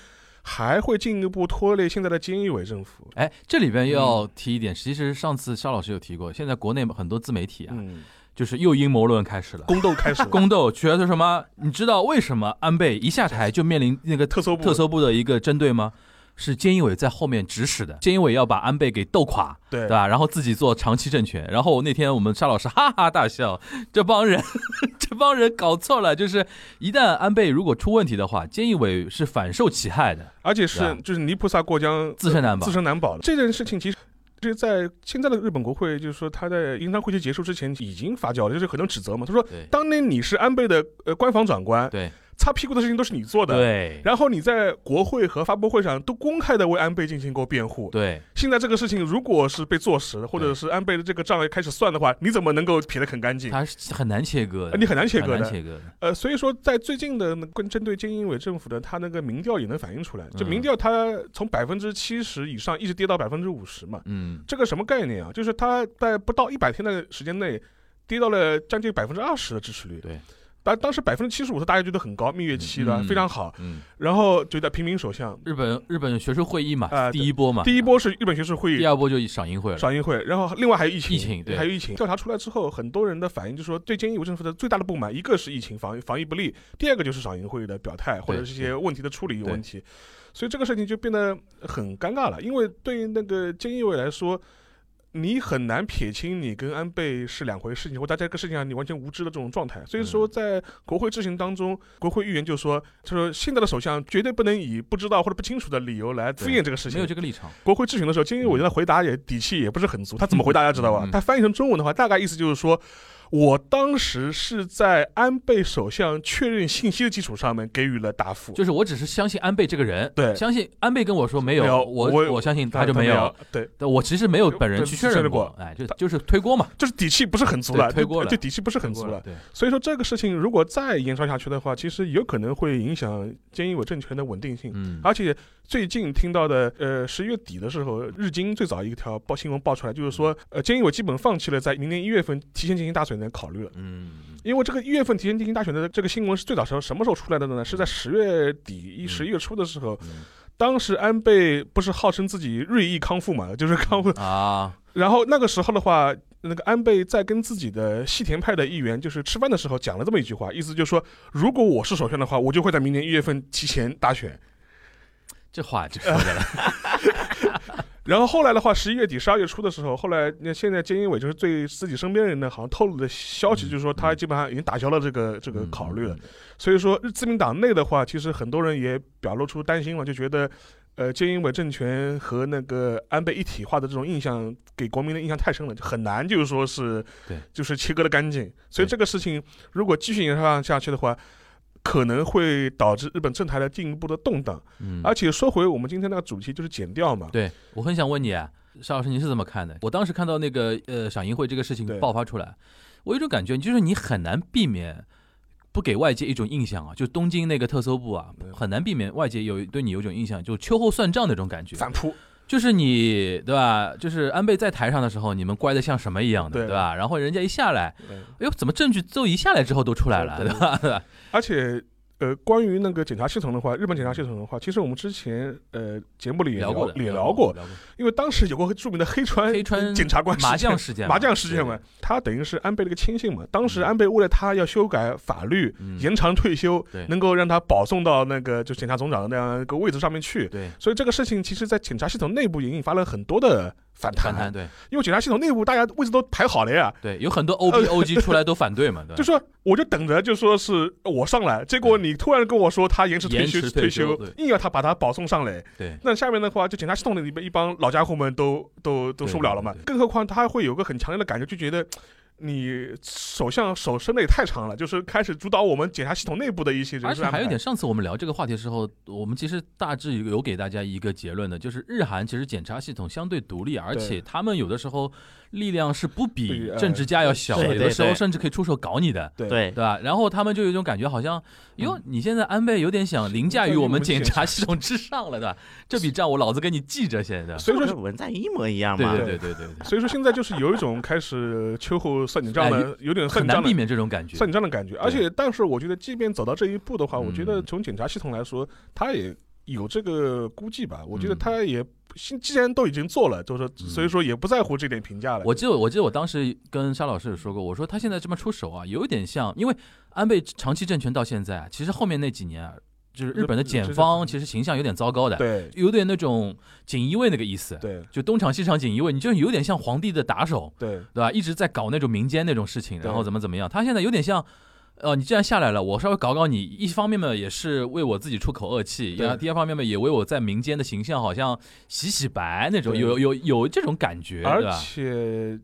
Speaker 1: 还会进一步拖累现在的菅义伟政府。
Speaker 2: 哎，这里边
Speaker 1: 嗯
Speaker 2: 要提一点，其实上次沙老师有提过，现在国内很多自媒体啊，
Speaker 1: 嗯，
Speaker 2: 就是又阴谋论开始了。
Speaker 1: 宫斗开始了，
Speaker 2: 宫斗觉得什么？你知道为什么安倍一下台就面临那个
Speaker 1: 特搜部
Speaker 2: 特搜部的一个针对吗？是菅义伟在后面指使的，菅义伟要把安倍给斗垮，
Speaker 1: 对
Speaker 2: 对吧？然后自己做长期政权。然后那天我们沙老师 (laughs) 哈哈大笑，这帮人， (laughs) 这帮人搞错了，就是一旦安倍如果出问题的话，菅义伟是反受其害的，
Speaker 1: 而且
Speaker 2: 对
Speaker 1: 是
Speaker 2: 啊
Speaker 1: 就是泥菩萨过江
Speaker 2: 自身难保
Speaker 1: 自。身难保了。这件事情其实。就是在现在的日本国会，就是说他在银川会期结束之前已经发酵了，就是很多指责嘛。他说
Speaker 2: 对，
Speaker 1: 当年你是安倍的呃官方长官，
Speaker 2: 对，
Speaker 1: 擦屁股的事情都是你做的，
Speaker 2: 对，
Speaker 1: 然后你在国会和发布会上都公开的为安倍进行过辩护。
Speaker 2: 对，
Speaker 1: 现在这个事情如果是被坐实，或者是安倍的这个账开始算的话，你怎么能够撇得很干净？
Speaker 2: 他是很难切割的，
Speaker 1: 呃你很难切
Speaker 2: 很
Speaker 1: 割
Speaker 2: 难
Speaker 1: 的。
Speaker 2: 切割的。
Speaker 1: 呃，所以说在最近的那跟针对菅义伟政府的他那个民调也能反映出来，这
Speaker 2: 嗯
Speaker 1: 民调它从百分之七十以上一直跌到百分之五十嘛，
Speaker 2: 嗯，
Speaker 1: 这个什么概念啊？就是它在不到一百天的时间内，跌到了将近百分之二十的支持率。
Speaker 2: 对。
Speaker 1: 当当时百分之七十五是大家觉得很高，蜜月期的、
Speaker 2: 嗯
Speaker 1: 非常好，
Speaker 2: 嗯，
Speaker 1: 然后觉得平民首相。
Speaker 2: 日本日本学术会议嘛，
Speaker 1: 啊
Speaker 2: 第一波嘛，
Speaker 1: 第一，波是日本学术会
Speaker 2: 第
Speaker 1: 议、
Speaker 2: 二波就赏樱会了。
Speaker 1: 赏樱会，然后另外还有疫情，
Speaker 2: 疫情对
Speaker 1: 还有疫情。调查出来之后，很多人的反应就是说，对菅义伟政府的最大的不满，一个是疫情防防疫不力，第二个就是赏樱会的表态或者
Speaker 2: 对
Speaker 1: 是一些问题的处理有
Speaker 2: 对
Speaker 1: 问题，所以这个事情就变得很尴尬了。因为对于那个菅义伟来说，你很难撇清你跟安倍是两回事情，或在这个事情上你完全无知的这种状态。所以说，
Speaker 2: 嗯
Speaker 1: 在国会质询当中，国会议员就说，他说现在的首相绝对不能以不知道或者不清楚的理由来敷衍这个事
Speaker 2: 没
Speaker 1: 情
Speaker 2: 有。这个立场，
Speaker 1: 国会质询的时候，菅义伟的回答也底气也不是很足，他怎么回答大家知道吧？啊
Speaker 2: 嗯
Speaker 1: 他翻译成中文的话，大概意思就是说，我当时是在安倍首相确认信息的基础上面给予了答复，
Speaker 2: 就是我只是相信安倍这个人，
Speaker 1: 对
Speaker 2: 相信安倍跟我说没
Speaker 1: 没有
Speaker 2: 我
Speaker 1: 我
Speaker 2: 我相信
Speaker 1: 他
Speaker 2: 就
Speaker 1: 没
Speaker 2: 有，。
Speaker 1: 对，
Speaker 2: 但我其实没有本人
Speaker 1: 对
Speaker 2: 去确
Speaker 1: 确
Speaker 2: 认
Speaker 1: 认过
Speaker 2: 哎，就就是推锅嘛，
Speaker 1: 就是底气不是很足了，
Speaker 2: 对推过了
Speaker 1: 就就底气不是很足了。
Speaker 2: 对，
Speaker 1: 所以说这个事情如果再延烧下去的话，其实有可能会影响菅义伟政权的稳定性。
Speaker 2: 嗯，
Speaker 1: 而且最近听到的，呃，十月底的时候，日经最早呃一条报新闻爆出来，就是说，呃，菅义伟基本放弃了在明年一月份提前进行大选的考虑了。
Speaker 2: 嗯，
Speaker 1: 因为这个一月份提前进行大选的这个新闻是最早时候什么时候出来的呢？是在十月底一
Speaker 2: 嗯
Speaker 1: 十一月初的时候，
Speaker 2: 嗯
Speaker 1: 当时安倍不是号称自己日益康复嘛， (laughs) 就是康复。
Speaker 2: 啊，
Speaker 1: 然后那个时候的话，那个安倍在跟自己的细田派的议员就是吃饭的时候讲了这么一句话，意思就是说，如果我是首相的话，我就会在明年一月份提前大选。
Speaker 2: 这话就说的了，
Speaker 1: 然后后来的话，十一月底、十二月初的时候，后来那现在菅义伟就是对自己身边人呢，好像透露的消息，
Speaker 2: 嗯
Speaker 1: 就是说他基本上已经打消了这个这个
Speaker 2: 嗯
Speaker 1: (laughs) 考虑了。，
Speaker 2: 嗯
Speaker 1: 所以说，日自民党内的话，其实很多人也表露出担心了，就觉得，呃，菅义伟政权和那个安倍一体化的这种印象，给国民的印象太深了，就很难就是说是，
Speaker 2: 对，
Speaker 1: 就是切割的干净。所以
Speaker 2: 对
Speaker 1: 这个事情如果继续延上下去的话，可能会导致日本政坛的进一步的动荡。
Speaker 2: 嗯，
Speaker 1: 而且说回我们今天那个主题，就是减掉嘛，
Speaker 2: 对我很想问你，啊，邵老师，你是怎么看的？我当时看到那个呃赏樱会这个事情
Speaker 1: 对
Speaker 2: 爆发出来，我有一种感觉，就是你很难避免不给外界一种印象啊，就东京那个特搜部啊
Speaker 1: 对，
Speaker 2: 很难避免外界有对你有一种印象，就秋后算账那种感觉。
Speaker 1: 反扑，
Speaker 2: 就是你对吧？就是安倍在台上的时候，你们乖的像什么一样的，
Speaker 1: 对
Speaker 2: 对吧？然后人家一下来，
Speaker 1: 对
Speaker 2: 哎呦，怎么证据都一下来之后都出来了，
Speaker 3: 对
Speaker 2: 对吧？ (laughs) 对吧？
Speaker 1: 而且，呃，关于那个检察系统的话，日本检察系统的话，其实我们之前呃节目里也
Speaker 2: 聊过的，
Speaker 1: 也
Speaker 2: 聊
Speaker 1: 聊过，
Speaker 2: 聊过
Speaker 1: 因为当时有个著名的黑川
Speaker 2: 黑川
Speaker 1: 检察官事
Speaker 2: 麻
Speaker 1: 件
Speaker 2: 将事件，
Speaker 1: 麻将事件
Speaker 2: 对
Speaker 1: 嘛，，他等于是安倍的一个亲信嘛。当时安倍为了他要修改法律，
Speaker 2: 嗯
Speaker 1: 延长退休
Speaker 2: 对，
Speaker 1: 能够让他保送到那个就检察总长的那样一个位置上面去。
Speaker 2: 对，
Speaker 1: 所以这个事情其实，在检察系统内部也引发了很多的反弹，啊
Speaker 2: 反弹对
Speaker 1: 因为检察系统内部大家位置都排好了呀，
Speaker 2: 对，有很多 O B O G 出来都反对嘛， (laughs) 对吧
Speaker 1: 就说我就等着，就说是我上来，结果你突然跟我说他延迟退休
Speaker 2: 延迟退
Speaker 1: 退
Speaker 2: 休
Speaker 1: 休
Speaker 2: 对，
Speaker 1: 硬要他把他保送上来。
Speaker 2: 对
Speaker 1: 那下面的话，就警察系统里边一帮老家伙们都都都
Speaker 2: 对
Speaker 1: 受不了了嘛
Speaker 2: 对对。
Speaker 1: 更何况他会有个很强烈的感觉，就觉得。你首相手伸的也太长了，就是开始主导我们检察系统内部的一些人
Speaker 2: 而
Speaker 1: 事
Speaker 2: 且
Speaker 1: 安排。
Speaker 2: 还有一点，上次我们聊这个话题的时候，我们其实大致有给大家一个结论的，就是日韩其实检察系统相对独立，而且他们有的时候力量是不比
Speaker 1: 比呃
Speaker 2: 政治家要小的，
Speaker 3: 对
Speaker 2: 有
Speaker 3: 对
Speaker 2: 的时候
Speaker 3: 对
Speaker 2: 甚至可以出手搞你的。
Speaker 1: 对
Speaker 3: 对
Speaker 2: 对吧？然后他们就有一种感觉，好像哟，你现在安倍有点想嗯凌驾于我们检察系统之上了，对吧？这笔账我老子给你记着，现在。
Speaker 1: 所以
Speaker 3: 这不
Speaker 1: 说
Speaker 3: 是文在寅一模一样
Speaker 2: 对
Speaker 3: 嘛，
Speaker 2: 对对对对对，
Speaker 1: 所以说现在就是有一种开始秋后
Speaker 2: (laughs)
Speaker 1: 算你账
Speaker 2: 哎
Speaker 1: 的，有点算
Speaker 2: 很
Speaker 1: 你
Speaker 2: 难
Speaker 1: 账的
Speaker 2: 避免这种感觉。
Speaker 1: 算你账的感觉。而且，但是我觉得，即便走到这一步的话，我觉得
Speaker 2: 嗯
Speaker 1: 从检察系统来说，他也有这个估计吧。我觉得
Speaker 2: 嗯
Speaker 1: 他也既既然都已经做了，就是说所以说也不在乎这点评价了。
Speaker 2: 我记得我记得我当时跟沙老师也说过，我说他现在这么出手啊，有一点像，因为安倍长期政权到现在啊，其实后面那几年啊，就是日本的检方其实形象有点糟糕的，
Speaker 1: 对
Speaker 2: 有点那种锦衣卫那个意思，
Speaker 1: 对
Speaker 2: 就东厂西厂锦衣卫，你就有点像皇帝的打手，
Speaker 1: 对
Speaker 2: 对吧？一直在搞那种民间那种事情，
Speaker 1: 对
Speaker 2: 然后怎么怎么样，他现在有点像。呃，你既然下来了，我稍微搞搞你。一方面嘛，也是为我自己出口恶气；，
Speaker 1: 对
Speaker 2: 然后第二方面嘛，也为我在民间的形象好像洗洗白那种，
Speaker 1: 对
Speaker 2: 有有有这种感觉，
Speaker 1: 而
Speaker 2: 对吧？
Speaker 1: 且。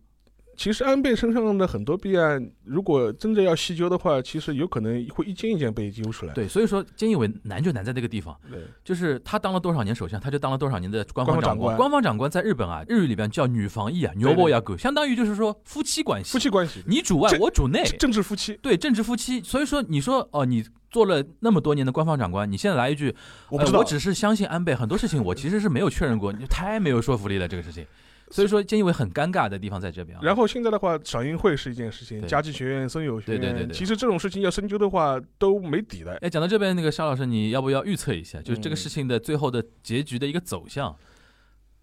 Speaker 1: 其实安倍身上的很多弊案，如果真的要细究的话，其实有可能会一件一件被揪出来。
Speaker 2: 对，所以说菅义伟难就难在这个地方，
Speaker 1: 对
Speaker 2: 就是他当了多少年首相，他就当了多少年的官
Speaker 1: 官
Speaker 2: 方
Speaker 1: 方
Speaker 2: 长
Speaker 1: 长官
Speaker 2: 官。官方长官在日本啊，日语里边叫女防役啊，牛波亚狗，相当于就是说夫妻关系，
Speaker 1: 夫妻关系，
Speaker 2: 你主外
Speaker 1: 这
Speaker 2: 我主内，
Speaker 1: 政治夫妻，
Speaker 2: 对政治夫妻。所以说你说哦、你做了那么多年的官方长官，你现在来一句，
Speaker 1: 我不
Speaker 2: 呃
Speaker 1: 知道。
Speaker 2: 我只是相信安倍，很多事情我其实是没有确
Speaker 1: (laughs)
Speaker 2: 认过，你太没有说服力了这个事情。所以说菅义伟很尴尬的地方在这边、啊。
Speaker 1: 然
Speaker 2: 后
Speaker 1: 后现在的话，赏樱会是一件事情，
Speaker 2: 对
Speaker 1: 家计学院、森友学
Speaker 2: 对
Speaker 1: 院，
Speaker 2: 对对对
Speaker 1: 其实这种事情要深究的话都没底的。
Speaker 2: 哎，讲到这边那个沙老师，你要不要预测一下，就是这个
Speaker 1: 嗯
Speaker 2: 事情的最后的结局的一个走向？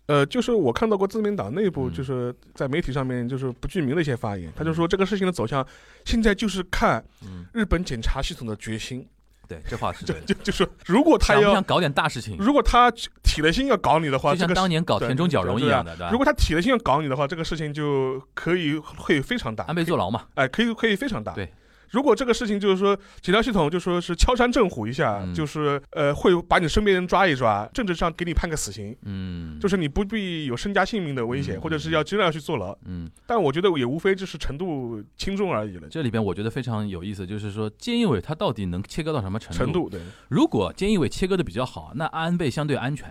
Speaker 1: 呃，就是我看到过自民党内部
Speaker 2: 嗯
Speaker 1: 就是在媒体上面就是不具名的一些发言，他就
Speaker 2: 嗯
Speaker 1: 说这个事情的走向现在就是看
Speaker 2: 嗯，
Speaker 1: 日本检察系统的决心，
Speaker 2: 对，这话是
Speaker 1: 就
Speaker 2: 对的。
Speaker 1: 就就是如果他
Speaker 2: 想不
Speaker 1: 要
Speaker 2: 想搞点大事情？
Speaker 1: 如果他铁了心要搞你的话，
Speaker 2: 就
Speaker 1: 这
Speaker 2: 像
Speaker 1: 个
Speaker 2: 当
Speaker 1: 事
Speaker 2: 年搞田中角荣一样的，对吧
Speaker 1: 如？果他铁了心要搞你的话，这个事情就可以会非常大，
Speaker 2: 安倍坐牢嘛，
Speaker 1: 哎、可以可以非常大。
Speaker 2: 对。
Speaker 1: 如果这个事情就是说，检察系统就说是敲山震虎一下，
Speaker 2: 嗯
Speaker 1: 就是呃会把你身边人抓一抓，政治上给你判个死刑，
Speaker 2: 嗯，
Speaker 1: 就是是你不必有身家性命的危险，
Speaker 2: 嗯
Speaker 1: 或者是要真的要去坐牢。
Speaker 2: 嗯，
Speaker 1: 但我觉得也无非就是程度轻重而已了，
Speaker 2: 这里边我觉得非常有意思，就是说菅义伟他到底能切割到什么程
Speaker 1: 程度对
Speaker 2: 如果菅义伟切割的比较好，那安倍相对安全，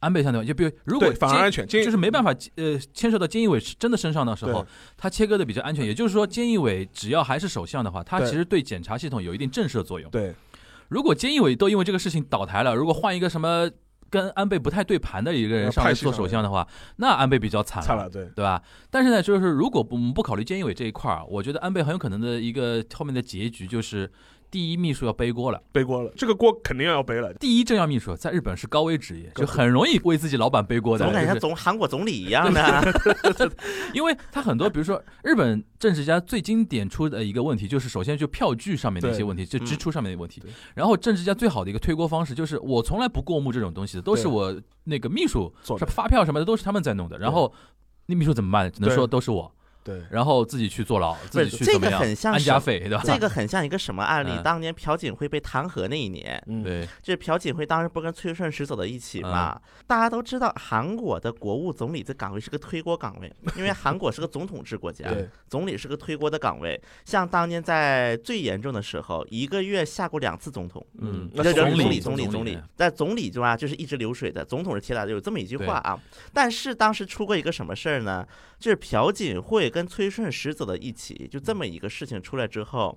Speaker 2: 安倍相对就比如如果
Speaker 1: 对反而安全，
Speaker 2: 就是没办
Speaker 1: 法
Speaker 2: 法呃牵涉到菅义伟真的身上的时候
Speaker 1: 对，
Speaker 2: 他切割的比较安全。也就是说，菅义伟只要还是首相的话，他
Speaker 1: 对
Speaker 2: 其实对检察系统有一定震慑作用。
Speaker 1: 对
Speaker 2: 如果菅义伟都因为这个事情倒台了，如果换一个什么跟安倍不太对盘的一个人
Speaker 1: 呃
Speaker 2: 上来
Speaker 1: 派系
Speaker 2: 做
Speaker 1: 上
Speaker 2: 首
Speaker 1: 来
Speaker 2: 相的话，那安倍比较惨
Speaker 1: 差了对
Speaker 2: 对吧？但是呢，就是如果不我们不考虑菅义伟这一块儿，我觉得安倍很有可能的一个后面的结局就是，第一秘书要背锅了，
Speaker 1: 背锅了，这个锅肯定要背了。
Speaker 2: 第一政要秘书在日本是高危职业，
Speaker 1: 高
Speaker 2: 就很容易为自己老板背锅的
Speaker 3: 总，感
Speaker 2: 就
Speaker 3: 觉像
Speaker 2: 是
Speaker 3: 总韩国总理一
Speaker 2: (laughs)
Speaker 3: 样的，
Speaker 2: 因为他很多，比如说日本政治家最经典出的一个问题就是，首先就票据上面的一些
Speaker 1: 对
Speaker 2: 问题，就支
Speaker 3: 嗯
Speaker 2: 出上面的问题
Speaker 1: 对，
Speaker 2: 然后政治家最好的一个推锅方式就是我从来不过目这种东西的，都是
Speaker 1: 对
Speaker 2: 我那个秘书
Speaker 1: 做
Speaker 2: 是
Speaker 1: 的
Speaker 2: 发票什么的都是他们在弄的，然后那秘书怎么办？只能
Speaker 1: 对
Speaker 2: 说都是我。
Speaker 1: 对
Speaker 2: 然后自己去坐牢，自己去
Speaker 3: 这
Speaker 2: 怎么
Speaker 3: 个
Speaker 2: 样？
Speaker 3: 很像
Speaker 2: 安
Speaker 3: 是
Speaker 2: 家费，对吧？
Speaker 3: 这个很像一个什么案例
Speaker 2: 嗯？
Speaker 3: 当年朴槿惠被弹劾那一年，
Speaker 1: 嗯
Speaker 2: 对，
Speaker 3: 这朴槿惠当时不跟崔顺实走到一起嘛？
Speaker 2: 嗯
Speaker 3: 大家都知道，韩国的国务总理这岗位是个推锅岗
Speaker 2: (laughs)
Speaker 3: 位，因为韩国是个总统制国家，
Speaker 1: 对
Speaker 3: 总理是个推锅的岗位。像当年在最严重的时候，一个月下过两次总统，
Speaker 2: 嗯
Speaker 1: 那
Speaker 3: 这
Speaker 1: 总
Speaker 3: 总
Speaker 1: 理
Speaker 3: 总
Speaker 2: 总理
Speaker 3: 总
Speaker 2: 对
Speaker 3: 理，但总理就啊，就是一直流水的，总统是铁打的，有这么一句话啊。但是当时出过一个什么事儿呢？就是朴槿惠跟崔顺实走到一起，就这么一个事情出来之后，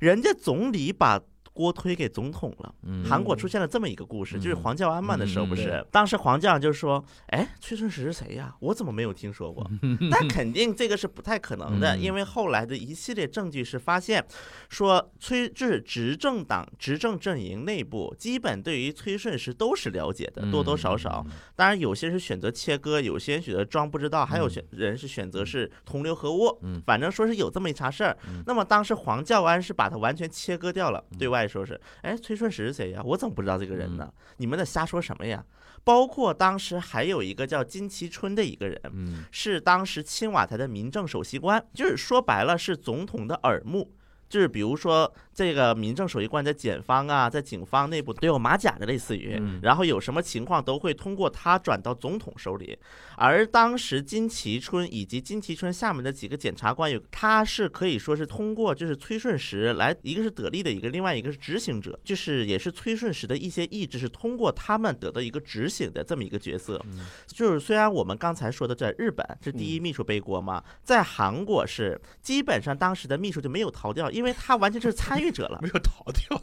Speaker 3: 人家总理把。锅推给总统了。
Speaker 2: 嗯
Speaker 3: 韩国出现了这么一个故事，就是
Speaker 2: 嗯
Speaker 3: 黄教安嘛的时候，
Speaker 2: 嗯
Speaker 3: 不是当时黄教安就说：“哎，崔顺实是谁呀？我怎么没有听
Speaker 2: (laughs)
Speaker 3: 说过？”那肯定这个是不太可能的，
Speaker 2: 嗯
Speaker 3: 因为后来的一系列证据是发现，说崔就是执政党执政阵营内部基本对于崔顺实都是了解
Speaker 2: 嗯
Speaker 3: 的，多多少少。当然，有些是选择切割，有些人选择装不知道，还有选人是选择是同流合污。
Speaker 2: 嗯
Speaker 3: 反正说是有这么一茬事儿。
Speaker 2: 嗯
Speaker 3: 那么当时黄教安是把他完全切割掉了，对外说是，哎，崔顺实是谁呀？我怎么不知道这个人呢？
Speaker 2: 嗯
Speaker 3: 你们在瞎说什么呀？包括当时还有一个叫金其春的一个人，
Speaker 2: 嗯
Speaker 3: 是当时青瓦台的民政首席官，就是说白了是总统的耳目。就是比如说，这个民政首席官在检方啊，在警方内部都有马甲的，类似于，
Speaker 2: 嗯
Speaker 3: 然后有什么情况都会通过他转到总统手里。而当时金其春以及金其春下面的几个检察官有，他是可以说是通过就是崔顺实来，一个是得力的一个，另外一个是执行者，就是也是崔顺实的一些意志是通过他们得到一个执行的这么一个角色。就是虽然我们刚才说的在日本是第一秘书背锅嘛，在韩国是基本上当时的秘书就没有逃掉，因为他完全就是参与
Speaker 1: (laughs)
Speaker 3: 者了。
Speaker 1: 没有逃掉。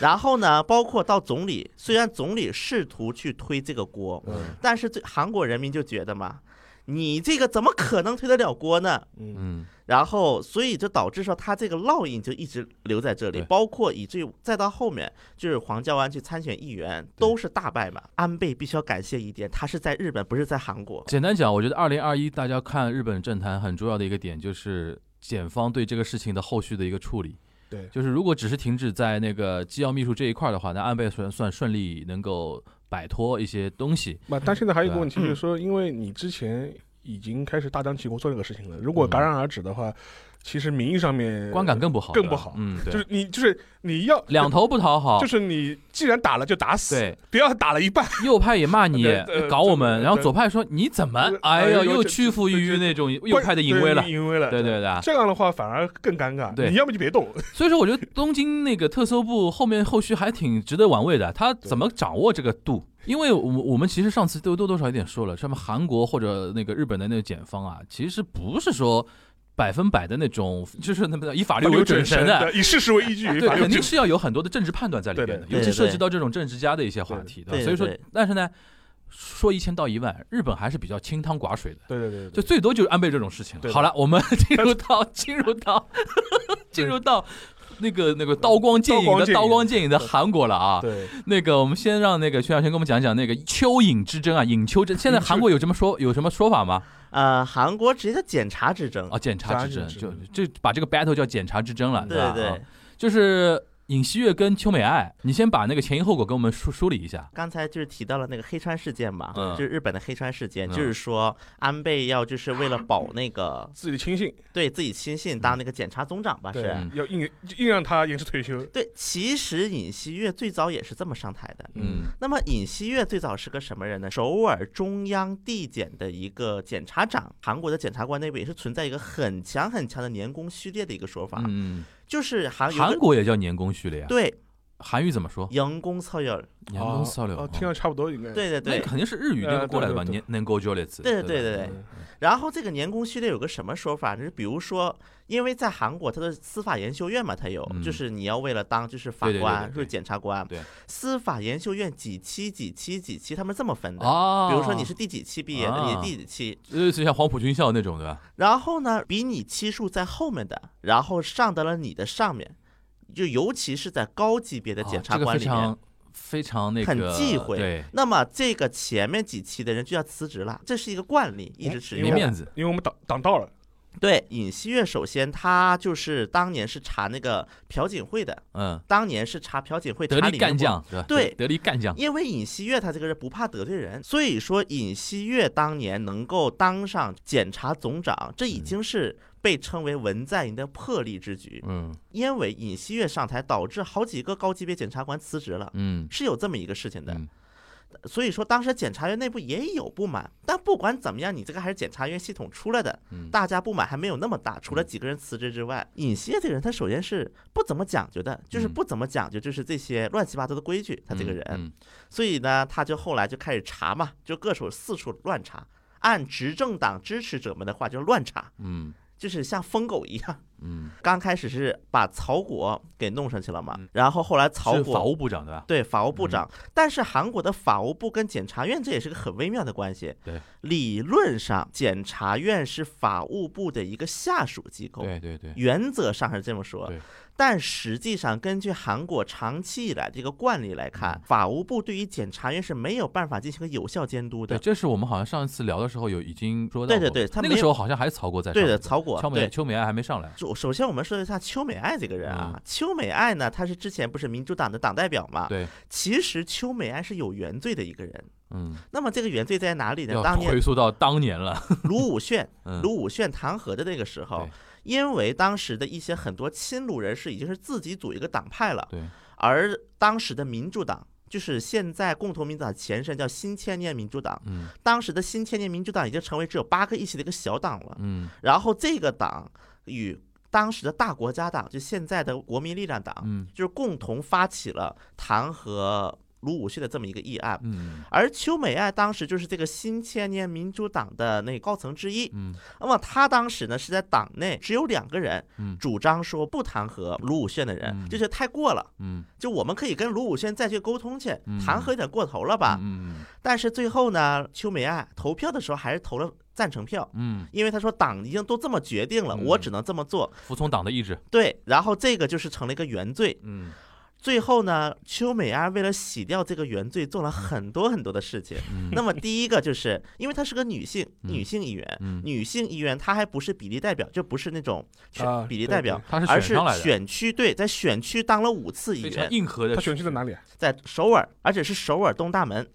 Speaker 3: 然后呢，包括到总理，虽然总理试图去推这个锅，
Speaker 1: 嗯
Speaker 3: 但是这韩国人民就觉得嘛，你这个怎么可能推得了锅呢？
Speaker 1: 嗯
Speaker 2: 嗯
Speaker 3: 然后，所以就导致说他这个烙印就一直留在这里
Speaker 2: 对，
Speaker 3: 包括以至于再到后面，就是黄教安去参选议员都是大败嘛。安倍必须要感谢一点，他是在日本，不是在韩国。
Speaker 2: 简单讲，我觉得二零二一大家看日本政坛很重要的一个点就是检方对这个事情的后续的一个处理。
Speaker 1: 对
Speaker 2: 就是如果只是停止在那个机要秘书这一块儿的话，那安倍算算顺利能够摆脱一些东西。
Speaker 1: 那但现在还有一个
Speaker 2: 对
Speaker 1: 问题，就是说，因为你之前已经开始大张旗鼓做这个事情了，如果戛然而止的话，其实名义上面
Speaker 2: 嗯观感更不好了，
Speaker 1: 更不好
Speaker 2: 嗯，对，
Speaker 1: 就是你就是你要
Speaker 2: 两头不讨好，
Speaker 1: 就是你既然打了就打死，
Speaker 2: 对，
Speaker 1: 不要打了一半。
Speaker 2: 右派也骂你
Speaker 1: 对对，
Speaker 2: 搞我
Speaker 1: 对
Speaker 2: 们，
Speaker 1: 对
Speaker 2: 然后左派说你怎么
Speaker 1: 对，
Speaker 2: 哎
Speaker 1: 哎呦
Speaker 2: 呦，又
Speaker 1: 这
Speaker 2: 屈服
Speaker 1: 这
Speaker 2: 于
Speaker 1: 这
Speaker 2: 那种右派的淫威了，
Speaker 1: 对淫威了，
Speaker 2: 对对啊对。
Speaker 1: 这样的话反而更尴尬。
Speaker 2: 对
Speaker 1: 你要么就别动。
Speaker 2: 所以说，我觉得东京那个特搜部后面后续还挺值得玩味的。他怎么掌握这个度？因为我我们其实上次都多多少有点说了，什么韩国或者那个日本的那个检方啊，其实不是说百分百的那种， (laughs) 就是那么的以法律为啊准绳
Speaker 1: (laughs)
Speaker 2: 的。啊
Speaker 1: 对，以事实为依据，以
Speaker 2: 对
Speaker 1: 法，律为
Speaker 2: 肯定
Speaker 1: 准
Speaker 2: 是要有很多的政治判断在里面的，
Speaker 1: 对
Speaker 3: 对
Speaker 2: 尤其
Speaker 3: 对
Speaker 2: 涉
Speaker 3: 对
Speaker 2: 及到这种政治家的一些话题，
Speaker 3: 对
Speaker 2: 吧？所以说
Speaker 3: 对对，
Speaker 2: 但是呢，说一千道一万，日本还是比较清汤寡水的。
Speaker 1: 对对对对对，
Speaker 2: 就最多就是安倍这种事情
Speaker 1: 对
Speaker 2: 了。
Speaker 1: 的
Speaker 2: 好了，我们进入到进
Speaker 1: (laughs)
Speaker 2: 入到进入到那个那个刀光剑影的
Speaker 1: 刀
Speaker 2: 刀
Speaker 1: 光
Speaker 2: 光剑影的韩国了啊。
Speaker 1: 对
Speaker 2: 那个我们先让那个薛晓先跟我们讲讲那个蚯蚓之争啊，隐丘争。现在韩国有这么说有什么说法吗？
Speaker 3: 呃，韩国直接叫检察之争。
Speaker 2: 啊，检察之争，
Speaker 1: 嗯检察之争
Speaker 2: 就就把这个 battle 叫检察之争了，
Speaker 3: 对
Speaker 2: 吧？
Speaker 3: 对
Speaker 2: 啊，就是尹锡悦跟邱美爱，你先把那个前因后果给我们梳梳理一下。
Speaker 3: 刚才就是提到了那个黑川事件嘛，
Speaker 2: 嗯
Speaker 3: 就是日本的黑川事件，
Speaker 2: 嗯
Speaker 3: 就是说安倍要就是为了保那个
Speaker 1: 自己轻信，
Speaker 3: 对自己亲信当那个检察总长吧，
Speaker 1: 对
Speaker 3: 啊是。
Speaker 2: 嗯
Speaker 1: 要硬硬让他延迟退休。
Speaker 3: 对，其实尹锡悦最早也是这么上台的。
Speaker 1: 嗯
Speaker 3: 那么尹锡悦最早是个什么人呢？首尔中央地检的一个检察长，韩国的检察官内部也是存在一个很强很强的年功序列的一个说法，
Speaker 2: 嗯，
Speaker 3: 就是韩有一
Speaker 2: 韩
Speaker 3: 个
Speaker 2: 国也叫年功序列啊，
Speaker 3: 对
Speaker 2: 韩语怎么说？
Speaker 3: 员工操有，
Speaker 2: 年功
Speaker 1: 哦
Speaker 2: 序列
Speaker 1: 哦
Speaker 2: 啊，
Speaker 1: 听上去差不多应该。
Speaker 3: 对对
Speaker 2: 那
Speaker 3: 对。
Speaker 2: 肯定是日语那个过来的吧？
Speaker 1: 呃对对
Speaker 2: 年年功序列词，
Speaker 3: 对对
Speaker 2: 对
Speaker 3: 对
Speaker 2: 吧
Speaker 3: 对对，
Speaker 1: 嗯
Speaker 3: 然后这个年功序列有个什么说法？就是比如说，因为在韩国，它的司法研修院嘛，它有，
Speaker 2: 嗯
Speaker 3: 就是你要为了当就是法
Speaker 2: 对对对
Speaker 3: 官，
Speaker 2: 对
Speaker 3: 就是检察官，
Speaker 2: 对
Speaker 3: 司法研修院几期几期几期，他们这么分的。
Speaker 2: 啊，
Speaker 3: 比如说你是第几期毕业的，
Speaker 2: 啊
Speaker 3: 你第几期，
Speaker 2: 类似于像黄埔军校那种，对吧？
Speaker 3: 然后呢，比你期数在后面的，然后上到了你的上面，就尤其是在高级别的检
Speaker 2: 啊
Speaker 3: 察
Speaker 2: 这个
Speaker 3: 官
Speaker 2: 非
Speaker 3: 里面。
Speaker 2: 常非常那个
Speaker 3: 很忌讳
Speaker 2: 对，
Speaker 3: 那么这个前面几期的人就要辞职了，这是一个惯例，一直持
Speaker 1: 因为
Speaker 2: 没
Speaker 3: 续
Speaker 1: 我
Speaker 3: 的。
Speaker 2: 哎面子。
Speaker 1: 因为我们挡挡道了，
Speaker 3: 对，尹锡悦首先他就是当年是查那个朴槿惠的，
Speaker 2: 嗯，
Speaker 3: 当年是查朴槿惠
Speaker 2: 得
Speaker 3: 查
Speaker 2: 力
Speaker 3: 李
Speaker 2: 干
Speaker 3: 明博
Speaker 2: 将，对吧？
Speaker 3: 对
Speaker 2: 得力干将。
Speaker 3: 因为尹锡悦他这个人不怕得罪人，所以说尹锡悦当年能够当上检察总长，这
Speaker 2: 嗯
Speaker 3: 已经是被称为文在寅的破例之举。
Speaker 2: 嗯
Speaker 3: 因为尹锡悦上台，导致好几个高级别检察官辞职了，
Speaker 2: 嗯
Speaker 3: 是有这么一个事情的。呃
Speaker 2: 嗯
Speaker 3: 所以说，当时检察院内部也有不满，但不管怎么样，你这个还是检察院系统出来的，
Speaker 2: 嗯
Speaker 3: 大家不满还没有那么大。除了几个人辞职之外，尹锡悦这个人，他首先是不怎么讲究的，就是
Speaker 2: 嗯
Speaker 3: 不怎么讲究，就是这些乱七八糟的规矩，他这个人。
Speaker 2: 嗯
Speaker 3: 所以呢，他就后来就开始查嘛，就各处四处乱查，按执政党支持者们的话就乱查，
Speaker 2: 嗯，
Speaker 3: 就是像疯狗一样。
Speaker 2: 嗯，
Speaker 3: 刚开始是把曹果给弄上去了嘛，
Speaker 2: 嗯
Speaker 3: 然后后来曹
Speaker 2: 是法
Speaker 3: 果
Speaker 2: 务嗯部长对吧？
Speaker 3: 对法务部长，但是韩国的法务部跟检察院这也是个很微妙的关系。
Speaker 2: 对，
Speaker 3: 理论上检察院是法务部的一个下属机构。
Speaker 2: 对对对，
Speaker 3: 原则上是这么说
Speaker 2: 对，
Speaker 3: 但实际上根据韩国长期以来的一个惯例来看
Speaker 2: 嗯，
Speaker 3: 法务部对于检察院是没有办法进行个有效监督
Speaker 2: 对，
Speaker 3: 的。
Speaker 2: 这是我们好像上一次聊的时候有已经说到
Speaker 3: 对
Speaker 2: 过，
Speaker 3: 对对他
Speaker 2: 那
Speaker 3: 没
Speaker 2: 个时候好像还是曹国在上
Speaker 3: 对
Speaker 2: 面，
Speaker 3: 的，曹果
Speaker 2: 邱美
Speaker 3: 对。
Speaker 2: 邱美爱还没上来，
Speaker 3: 首首先，我们说一下邱美爱这个人啊
Speaker 2: 嗯。
Speaker 3: 邱美爱呢，她是之前不是民主党的党代表嘛？
Speaker 2: 对，
Speaker 3: 其实邱美爱是有原罪的一个人。
Speaker 2: 嗯，
Speaker 3: 那么这个原罪在哪里呢？
Speaker 2: 要
Speaker 3: 当年
Speaker 2: 回溯到当年了，
Speaker 3: 卢武铉、
Speaker 2: 嗯，
Speaker 3: 卢武铉弹劾的那个时候
Speaker 2: 对，
Speaker 3: 因为当时的一些很多亲卢人士已经是自己组一个党派了，
Speaker 2: 对，
Speaker 3: 而当时的民主党。就是现在共同民主党前身叫新千年民主党，
Speaker 2: 嗯
Speaker 3: 当时的新千年民主党已经成为只有八个议席的一个小党了。
Speaker 2: 嗯
Speaker 3: 然后这个党与当时的大国家党，就现在的国民力量党，
Speaker 2: 嗯
Speaker 3: 就是共同发起了弹劾卢武铉的这么一个议案。
Speaker 2: 嗯
Speaker 3: 而邱美爱当时就是这个新千年民主党的那个高层之一。
Speaker 2: 嗯
Speaker 3: 那么他当时呢是在党内只有两个人
Speaker 2: 嗯
Speaker 3: 主张说不弹劾卢武铉的人，
Speaker 2: 嗯
Speaker 3: 这就太过了。
Speaker 2: 嗯，
Speaker 3: 就我们可以跟卢武铉再去沟通去，
Speaker 2: 嗯
Speaker 3: 弹劾有点过头了吧？
Speaker 2: 嗯
Speaker 3: 但是最后呢，邱美爱投票的时候还是投了赞成票。
Speaker 2: 嗯，
Speaker 3: 因为他说党已经都这么决定了，
Speaker 2: 嗯
Speaker 3: 我只能这么做。
Speaker 2: 服从党的意志，
Speaker 3: 对，然后这个就是成了一个原罪。
Speaker 2: 嗯
Speaker 3: 最后呢，邱美安为了洗掉这个原罪，做了很多很多的事情。
Speaker 2: (laughs) 嗯
Speaker 3: 那么第一个就是，因为她是个女性，
Speaker 2: 嗯
Speaker 3: 女性议员，
Speaker 2: 嗯，
Speaker 3: 女性议员她还不是比例代表，就不是那种
Speaker 1: 啊
Speaker 3: 选比例
Speaker 1: 对
Speaker 3: 代表，
Speaker 2: 他是
Speaker 3: 而
Speaker 2: 选
Speaker 3: 是
Speaker 2: 上来的，
Speaker 3: 选区对，在选区当了五次议
Speaker 2: 非常
Speaker 3: 员，
Speaker 2: 硬核的，
Speaker 1: 他选区在哪里啊？
Speaker 3: 在首尔，而且是首尔东大门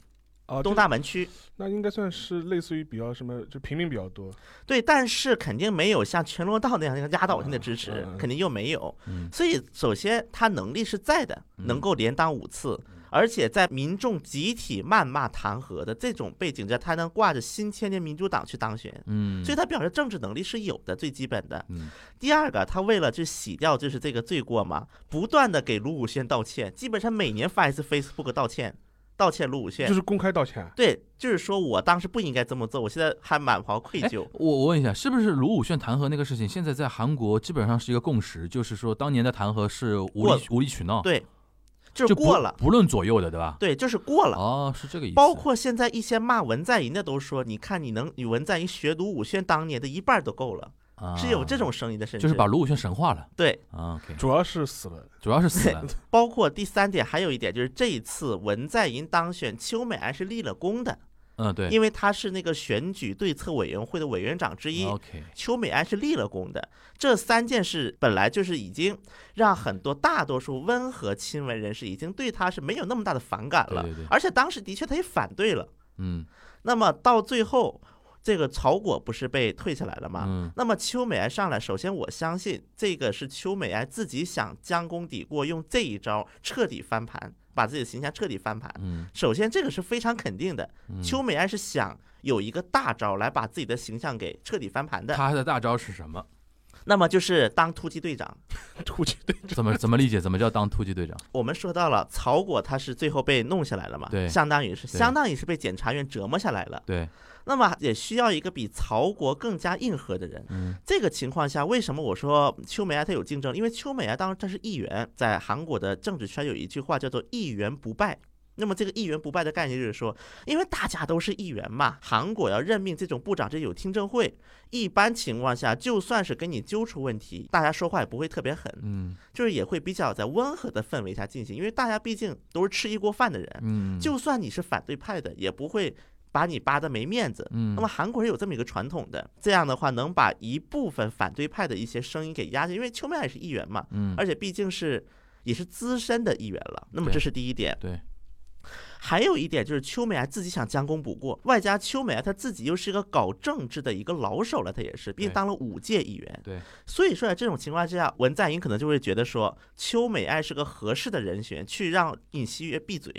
Speaker 1: 啊，
Speaker 3: 东
Speaker 1: 就
Speaker 3: 大门区。
Speaker 1: 那应该算是类似于比较什么，就平民比较多。
Speaker 3: 对，但是肯定没有像全罗道那样一个压倒性的支持
Speaker 1: 嗯嗯，嗯
Speaker 3: 肯定又没有。
Speaker 2: 嗯
Speaker 3: 所以，首先他能力是在的，
Speaker 2: 嗯
Speaker 3: 能够连当五次，而且在民众集体谩骂弹劾的这种背景下，他能挂着新千年民主党去当选，
Speaker 2: 嗯，
Speaker 3: 所以他表示政治能力是有的，最基本的。
Speaker 2: 嗯
Speaker 3: 第二个，他为了就洗掉就是这个罪过嘛，不断的给卢武铉道歉，基本上每年发一次 Facebook 道歉，道歉卢武
Speaker 1: 就
Speaker 3: 铉。
Speaker 1: 是公开道歉啊，
Speaker 3: 对，就是说我当时不应该这么做，我现在还满怀愧
Speaker 2: 哎
Speaker 3: 疚。
Speaker 2: 我我问一下，是不是卢武铉弹劾那个事情，现在在韩国基本上是一个共识，就是说当年的弹劾是无
Speaker 3: 过
Speaker 2: 理无理取闹，
Speaker 3: 对，就是
Speaker 2: 就不
Speaker 3: 过了，
Speaker 2: 不论左右的，对吧？
Speaker 3: 对，就是过了。
Speaker 2: 哦，是这个意思，
Speaker 3: 包括现在一些骂文在寅的都说，你看你能你文在寅学卢武铉当年的一半都够了，
Speaker 2: 啊
Speaker 3: 是有这，种声音的，甚至
Speaker 2: 就是把卢武铉神化了。
Speaker 3: 对。
Speaker 2: 啊 OK，
Speaker 1: 主要是死了。 (laughs)
Speaker 2: 主要是死
Speaker 3: (laughs)
Speaker 2: 了，
Speaker 3: 包括第三点，还有一点就是这一次文在寅当选，邱美安是立了功的，
Speaker 2: 嗯，对
Speaker 3: 因为她是那个选举对策委员会的委员长之一。
Speaker 2: ，OK，
Speaker 3: 邱美安是立了功的，这三件事本来就是已经让很多大多数温和亲文人士已经对她是没有那么大的反感了，
Speaker 2: 对对对
Speaker 3: 而且当时的确她也反对了。 (laughs)
Speaker 2: 嗯
Speaker 3: 那么到最后，这个曹果不是被退下来了吗？
Speaker 2: 嗯
Speaker 3: 那么邱美安上来，首先我相信这个是邱美安自己想将功抵过，用这一招彻底翻盘，把自己的形象彻底翻盘。
Speaker 2: 嗯
Speaker 3: 首先，这个是非常肯定的，
Speaker 2: 嗯，
Speaker 3: 邱美安是想有一个大招来把自己的形象给彻底翻盘的。
Speaker 2: 他的大招是什么？
Speaker 3: 那么就是当突击队长，
Speaker 1: 突击队
Speaker 2: 怎么怎么理解？怎么叫当突击队长？
Speaker 3: 我们说到了曹果，他是最后被弄下来了嘛，
Speaker 2: 对
Speaker 3: 相当于是
Speaker 2: 对
Speaker 3: 相当于是被检察院折磨下来了。
Speaker 2: 对，
Speaker 3: 那么也需要一个比曹国更加硬核的人。
Speaker 2: 嗯
Speaker 3: 这个情况下，为什么我说邱美爱她有竞争？因为邱美爱当时她是议员，在韩国的政治圈有一句话叫做“议员不败”。那么这个议员不败的概念就是说，因为大家都是议员嘛，韩国要任命这种部长，这有听证会。一般情况下，就算是跟你揪出问题，大家说话也不会特别狠，
Speaker 2: 嗯
Speaker 3: 就是也会比较在温和的氛围下进行，因为大家毕竟都是吃一锅饭的人，
Speaker 2: 嗯，
Speaker 3: 就算你是反对派的，也不会把你扒的没面子。
Speaker 2: 嗯
Speaker 3: 那么韩国人有这么一个传统的，这样的话能把一部分反对派的一些声音给压下，因为邱美也是议员嘛，
Speaker 2: 嗯
Speaker 3: 而且毕竟是也是资深的议员了。那么
Speaker 2: 对
Speaker 3: 这是第一点。
Speaker 2: 对，
Speaker 3: 还有一点就是邱美爱自己想将功补过，外加邱美爱她自己又是一个搞政治的一个老手了，她也是，并
Speaker 2: 对
Speaker 3: 当了五届议员。
Speaker 2: 对，
Speaker 3: 所以说在这种情况之下，文在寅可能就会觉得说邱美爱是个合适的人选，去让尹锡悦闭嘴。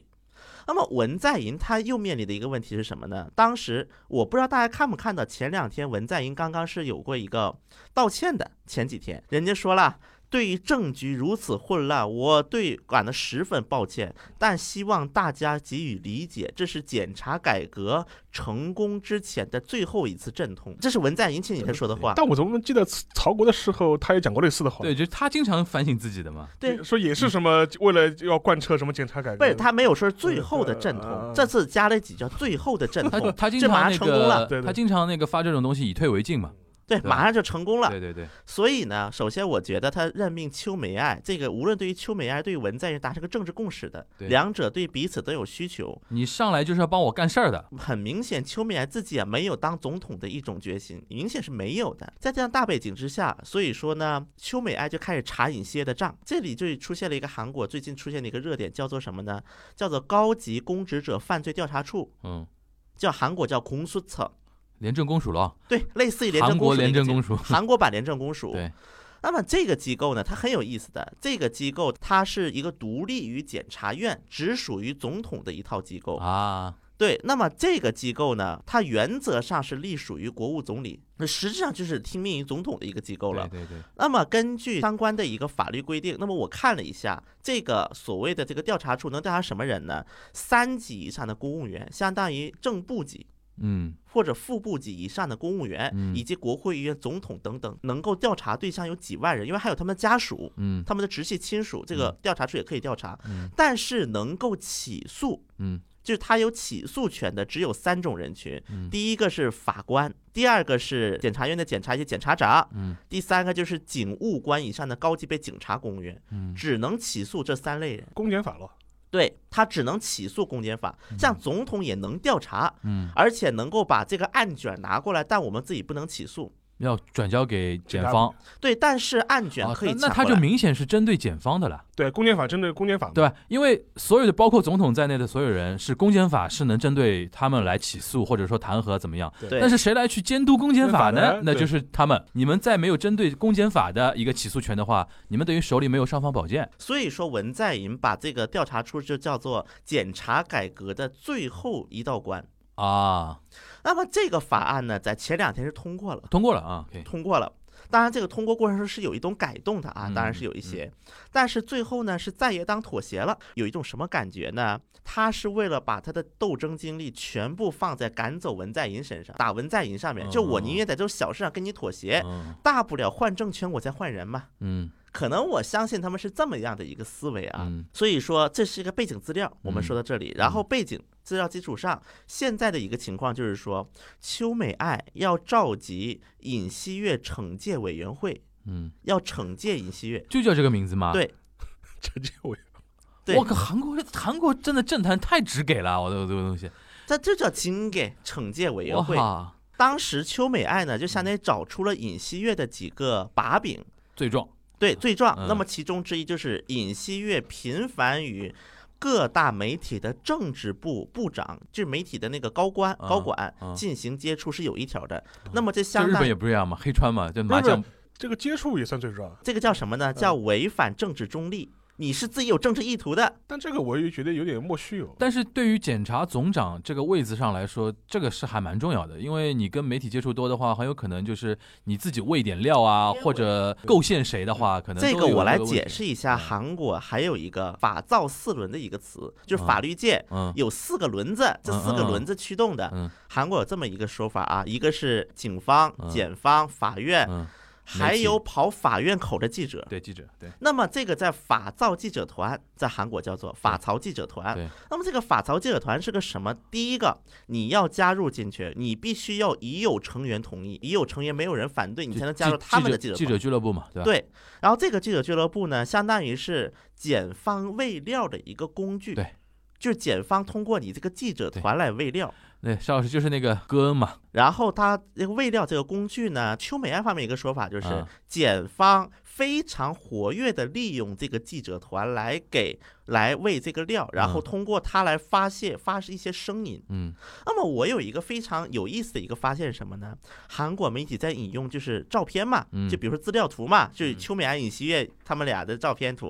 Speaker 3: 那么文在寅他又面临的一个问题是什么呢？当时我不知道大家看不看到，前两天文在寅刚刚是有过一个道歉的，前几天人家说了。对于政局如此混乱，我对感到十分抱歉，但希望大家给予理解，这是检察改革成功之前的最后一次阵痛。这是文在寅前几天说的话。
Speaker 1: 但我怎么记得曹曹国的时候，他也讲过类似的话？
Speaker 2: 对，嗯就是他经常反省自己的嘛。
Speaker 3: 对，
Speaker 1: 说也是什么为了要贯彻什么检察改革，
Speaker 3: 不是他没有说最后的阵
Speaker 1: 嗯
Speaker 3: 痛
Speaker 1: 对，
Speaker 3: 这次加了几句最后的阵
Speaker 2: 他
Speaker 3: 痛，
Speaker 2: 他经
Speaker 3: 这
Speaker 2: 常
Speaker 3: 马
Speaker 2: 那
Speaker 3: 上成功了，
Speaker 1: 对
Speaker 2: 个
Speaker 1: 对
Speaker 2: 他经常那个发这种东西以退为进嘛。
Speaker 3: (laughs) 对，
Speaker 2: 对
Speaker 3: 马上就成功了。
Speaker 2: 对对对，
Speaker 3: 所以呢，首先我觉得他任命邱梅爱，这个无论对于邱梅爱对于文在寅达成个政治共识的，
Speaker 2: 对
Speaker 3: 两者对彼此都有需求。
Speaker 2: 你上来就是要帮我干事儿的。
Speaker 3: 很明显，邱梅爱自己也没有当总统的一种决心，明显是没有的。在这样大背景之下，所以说呢，邱美爱就开始查尹锡悦的账。这里就出现了一个韩国最近出现的一个热点，叫做什么呢？叫做高级公职者犯罪调查处，
Speaker 2: 嗯，
Speaker 3: 叫韩国叫공수처，
Speaker 2: 廉政公署了，
Speaker 3: 对，类似于廉
Speaker 2: 韩
Speaker 3: 政公
Speaker 2: 国
Speaker 3: 署的
Speaker 2: 廉
Speaker 3: 一个
Speaker 2: 政
Speaker 3: 机
Speaker 2: 公署。
Speaker 3: 韩国版廉政公署。
Speaker 2: 对，
Speaker 3: 那么这个机构呢，它很有意思的。这个机构它是一个独立于检察院，只属于总统的一套机构。
Speaker 2: 啊，
Speaker 3: 对，那么这个机构呢，它原则上是隶属于国务总理，那实质上就是听命于总统的一个机构了
Speaker 2: 对。对对，
Speaker 3: 那么根据相关的一个法律规定，那么我看了一下，这个所谓的这个调查处能调查什么人呢？三级以上的公务员，相当于正部级。
Speaker 2: 嗯，
Speaker 3: 或者副部级以上的公务员，
Speaker 2: 嗯
Speaker 3: 以及国会议员、总统等等，能够调查对象有几万人，因为还有他们的家属、
Speaker 2: 嗯
Speaker 3: 他们的直系亲属，这个调查处也可以调查。
Speaker 2: 嗯
Speaker 3: 但是能够起诉，
Speaker 2: 嗯
Speaker 3: 就是他有起诉权的只有三种人群：
Speaker 2: 嗯
Speaker 3: 第一个是法官，第二个是检察院的检察以及检察长，
Speaker 2: 嗯
Speaker 3: 第三个就是警务官以上的高级别警察公务员，
Speaker 2: 嗯，
Speaker 3: 只能起诉这三类人。
Speaker 1: 公检法了，
Speaker 3: 对他只能起诉公检法，像总统也能调查，
Speaker 2: 嗯，
Speaker 3: 而且能够把这个案卷拿过来，但我们自己不能起诉。
Speaker 2: 要转交给检
Speaker 1: 大
Speaker 2: 方。
Speaker 3: 对，但是案卷
Speaker 2: 啊
Speaker 3: 可以
Speaker 2: 那那
Speaker 3: 抢
Speaker 2: 他
Speaker 3: 过
Speaker 2: 就
Speaker 3: 来。
Speaker 2: 明显是针对检方的了，
Speaker 1: 对，公检法针对公检法嘛， (laughs)
Speaker 2: 对吧？因为所有的包括总统在内的所有人，是公检法是能针对他们来起诉或者说弹劾怎么样。
Speaker 3: 对
Speaker 2: 但是谁来去监督公检法
Speaker 1: 公检
Speaker 2: 呢
Speaker 1: 法呢？
Speaker 2: 那就是他们。你们在没有针对公检法的一个起诉权的话，你们等于手里没有尚方宝剑。
Speaker 3: 所以说，文在寅把这个调查处就叫做检察改革的最后一道关。
Speaker 2: 啊，
Speaker 3: 那么这个法案呢，在前两天是通过了，
Speaker 2: 通过了啊，可以。
Speaker 3: 通过了。当然，这个通过过程中是有一种改动的啊，
Speaker 2: 嗯
Speaker 3: 当然是有一些，但是最后呢，是在野党妥协了，有一种什么感觉呢？他是为了把他的斗争精力全部放在赶走文在寅身上，打文在寅上面，就我宁愿在这种小事上跟你妥协，
Speaker 2: 哦嗯
Speaker 3: 大不了换政权，我再换人嘛。
Speaker 2: 嗯
Speaker 3: 可能我相信他们是这么样的一个思维啊，
Speaker 2: 嗯
Speaker 3: 所以说这是一个背景资料，我们
Speaker 2: 嗯
Speaker 3: 说到这里。然后背景资料基础上，现在的一个情况就是说，邱美爱要召集尹锡悦惩戒委员会，
Speaker 2: 嗯，
Speaker 3: 要惩戒尹锡悦。
Speaker 2: 就叫这个名字吗？
Speaker 3: 对
Speaker 1: 陈建伟
Speaker 3: 对
Speaker 2: 我靠，韩国韩国真的政坛太直给了，我的这个东西。
Speaker 3: 这这叫金给惩戒委员会。
Speaker 2: 哇，
Speaker 3: 当时邱美爱呢，就相当于找出了尹锡悦的几个把柄，
Speaker 2: 罪状。
Speaker 3: 对罪状。
Speaker 2: 嗯
Speaker 3: 那么其中之一就是尹锡悦频繁与各大媒体的政治部部长，就是媒体的那个高官、
Speaker 2: 嗯
Speaker 3: 高管
Speaker 2: 嗯
Speaker 3: 进行接触是有一条的。那
Speaker 2: 嗯
Speaker 3: 么这
Speaker 2: 就
Speaker 3: 相
Speaker 2: 日
Speaker 3: 当
Speaker 2: 本
Speaker 3: 于
Speaker 2: 也不是这样嘛，黑川嘛，就麻将
Speaker 1: 这个接触也算罪状，
Speaker 3: 这个叫什么
Speaker 2: 嗯
Speaker 3: 呢？叫违反政治中立。你是自己有政治意图的，
Speaker 1: 但这个我也觉得有点莫须有。
Speaker 2: 但是对于检察总长这个位子上来说，这个是还蛮重要的，因为你跟媒体接触多的话，很有可能就是你自己喂点料啊，或者构陷谁的话，可能
Speaker 3: 这
Speaker 2: 都
Speaker 3: 个
Speaker 2: 有
Speaker 3: 我来
Speaker 2: 问
Speaker 3: 解
Speaker 2: 题。
Speaker 3: 释一下。
Speaker 2: 嗯
Speaker 3: 韩国还有一个“法造四轮”的一个词，就是法律界
Speaker 2: 嗯
Speaker 3: 有四个轮子，这四个
Speaker 2: 嗯嗯嗯
Speaker 3: 轮子驱动的。
Speaker 2: 嗯
Speaker 3: 韩国有这么一个说法啊，一个是警方、
Speaker 2: 嗯
Speaker 3: 检方、法院，
Speaker 2: 嗯，
Speaker 3: 还
Speaker 2: 媒体
Speaker 3: 有跑法院口的记者。
Speaker 2: 对记者，对
Speaker 3: 那么这个在法造记者团，在韩国叫做法曹记者团
Speaker 2: 对。
Speaker 3: 那么这个法曹记者团是个什么？第一个，你要加入进去，你必须要已有成员同意，已有成员没有人反对，你才能加入他们的
Speaker 2: 记
Speaker 3: 记者
Speaker 2: 记
Speaker 3: 团。
Speaker 2: 者啊俱乐部嘛，对吧？
Speaker 3: 对，然后这个记者俱乐部呢，相当于是检方喂料的一个工具。
Speaker 2: 对，
Speaker 3: 就是检方通过你这个记者团来喂料。
Speaker 2: 对，邵老师就是那个戈恩嘛，
Speaker 3: 然后他这个喂料这个工具呢，邱美爱方面一个说法就是
Speaker 2: 嗯，
Speaker 3: 检方非常活跃的利用这个记者团来给来喂这个料，然后
Speaker 2: 嗯
Speaker 3: 通过它来发泄发出一些声音。
Speaker 2: 嗯
Speaker 3: 那么我有一个非常有意思的一个发现是什么呢？韩国媒体在引用就是照片嘛，
Speaker 2: 嗯
Speaker 3: 就比如说资料图嘛，就是
Speaker 2: 嗯
Speaker 3: 邱美爱、尹锡悦他们俩的照片图。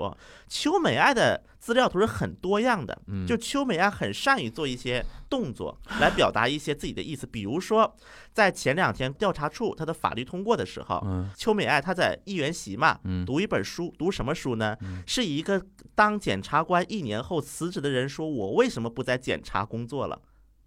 Speaker 3: 邱美爱的资料图是很多样的，啊
Speaker 2: 嗯，
Speaker 3: 就邱美爱很善于做一些动作来表达一些自己的意思。比如说，在前两天调查处他的法律通过的时候，
Speaker 2: 嗯
Speaker 3: 邱美爱她在议员席嘛，
Speaker 2: 嗯
Speaker 3: 读一本书，读什么书呢
Speaker 2: 嗯？
Speaker 3: 是一个当检察官一年后辞职的人说：“我为什么不在检察工作了？”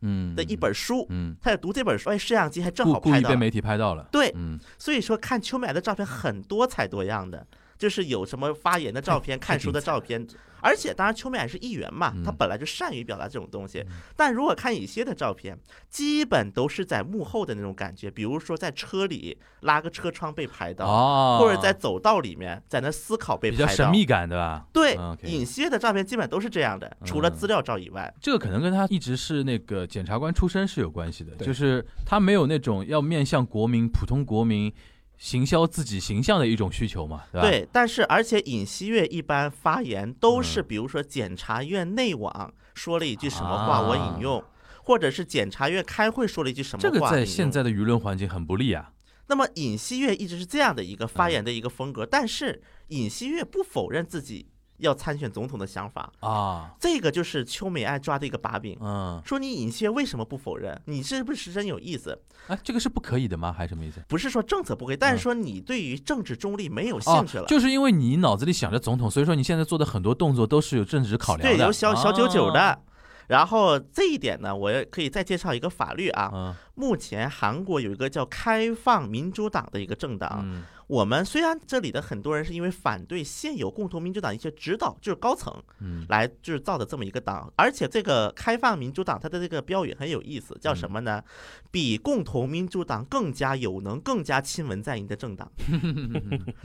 Speaker 2: 嗯
Speaker 3: 的一，本书，
Speaker 2: 嗯，
Speaker 3: 他在读这本书，哎，摄像机还正
Speaker 2: 故
Speaker 3: 好
Speaker 2: 故
Speaker 3: 拍
Speaker 2: 意
Speaker 3: 到
Speaker 2: 被
Speaker 3: 了。
Speaker 2: 媒体拍到了，
Speaker 3: 对，
Speaker 2: 嗯，
Speaker 3: 所以说看秋美的照片很多彩多样的，就是有什么发言的照片、看书的照片，而且当然秋美也是议员嘛，她
Speaker 2: 嗯
Speaker 3: 本来就善于表达这种东西。但如果看一些的照片，基本都是在幕后的那种感觉，比如说在车里拉个车窗被拍到，
Speaker 2: 哦，
Speaker 3: 或者在走道里面在那思考被
Speaker 2: 比较
Speaker 3: 拍
Speaker 2: 神
Speaker 3: 到。
Speaker 2: 秘感，对吧？
Speaker 3: 对
Speaker 2: 嗯，OK，嗯
Speaker 3: 尹锡悦的照片基本都是这样的，除了资料照以外，
Speaker 2: 这个可能跟他一直是那个检察官出身是有关系的，
Speaker 1: 对
Speaker 2: 就是他没有那种要面向国民、普通国民行销自己形象的一种需求嘛，对吧？
Speaker 3: 对，但是而且尹锡悦一般发言都是，
Speaker 2: 嗯
Speaker 3: 比如说检察院内网说了一句什么话，我
Speaker 2: 啊
Speaker 3: 引用。或者是检察院开会说了一句什么话
Speaker 2: 这个？在
Speaker 3: 引
Speaker 2: 现
Speaker 3: 用
Speaker 2: 在的舆论环境很不利啊。
Speaker 3: 那么尹锡悦一直是这样的一个
Speaker 2: 嗯
Speaker 3: 发言的一个风格，但是尹锡悦不否认自己要参选总统的想法，
Speaker 2: 啊，
Speaker 3: 这个就是邱美爱抓的一个把柄。
Speaker 2: 嗯，
Speaker 3: 说你尹锡悦为什么不否认？你是不是真有意思？
Speaker 2: 哎，这个是不可以的吗？还是什么意思？
Speaker 3: 不是说政策不可以，
Speaker 2: 嗯
Speaker 3: 但
Speaker 2: 哦
Speaker 3: 是说你对于政治中立没有兴趣了。
Speaker 2: 啊就是因为你脑子里想着总统，所以说你现在做的很多动作都是有政治考量的，
Speaker 3: 对，有小小九九的。
Speaker 2: 啊
Speaker 3: 然后这一点呢，我也可以再介绍一个法律啊。
Speaker 2: 嗯
Speaker 3: 目前韩国有一个叫开放民主党的一个政党，
Speaker 2: 嗯
Speaker 3: 我们虽然这里的很多人是因为反对现有共同民主党一些指导，就是高层
Speaker 2: 嗯
Speaker 3: 来制造的这么一个党，而且这个开放民主党它的这个标语很有意思，叫什么呢？
Speaker 2: 嗯
Speaker 3: 比共同民主党更加有能、更加亲文在寅的
Speaker 2: (laughs)
Speaker 3: 政党，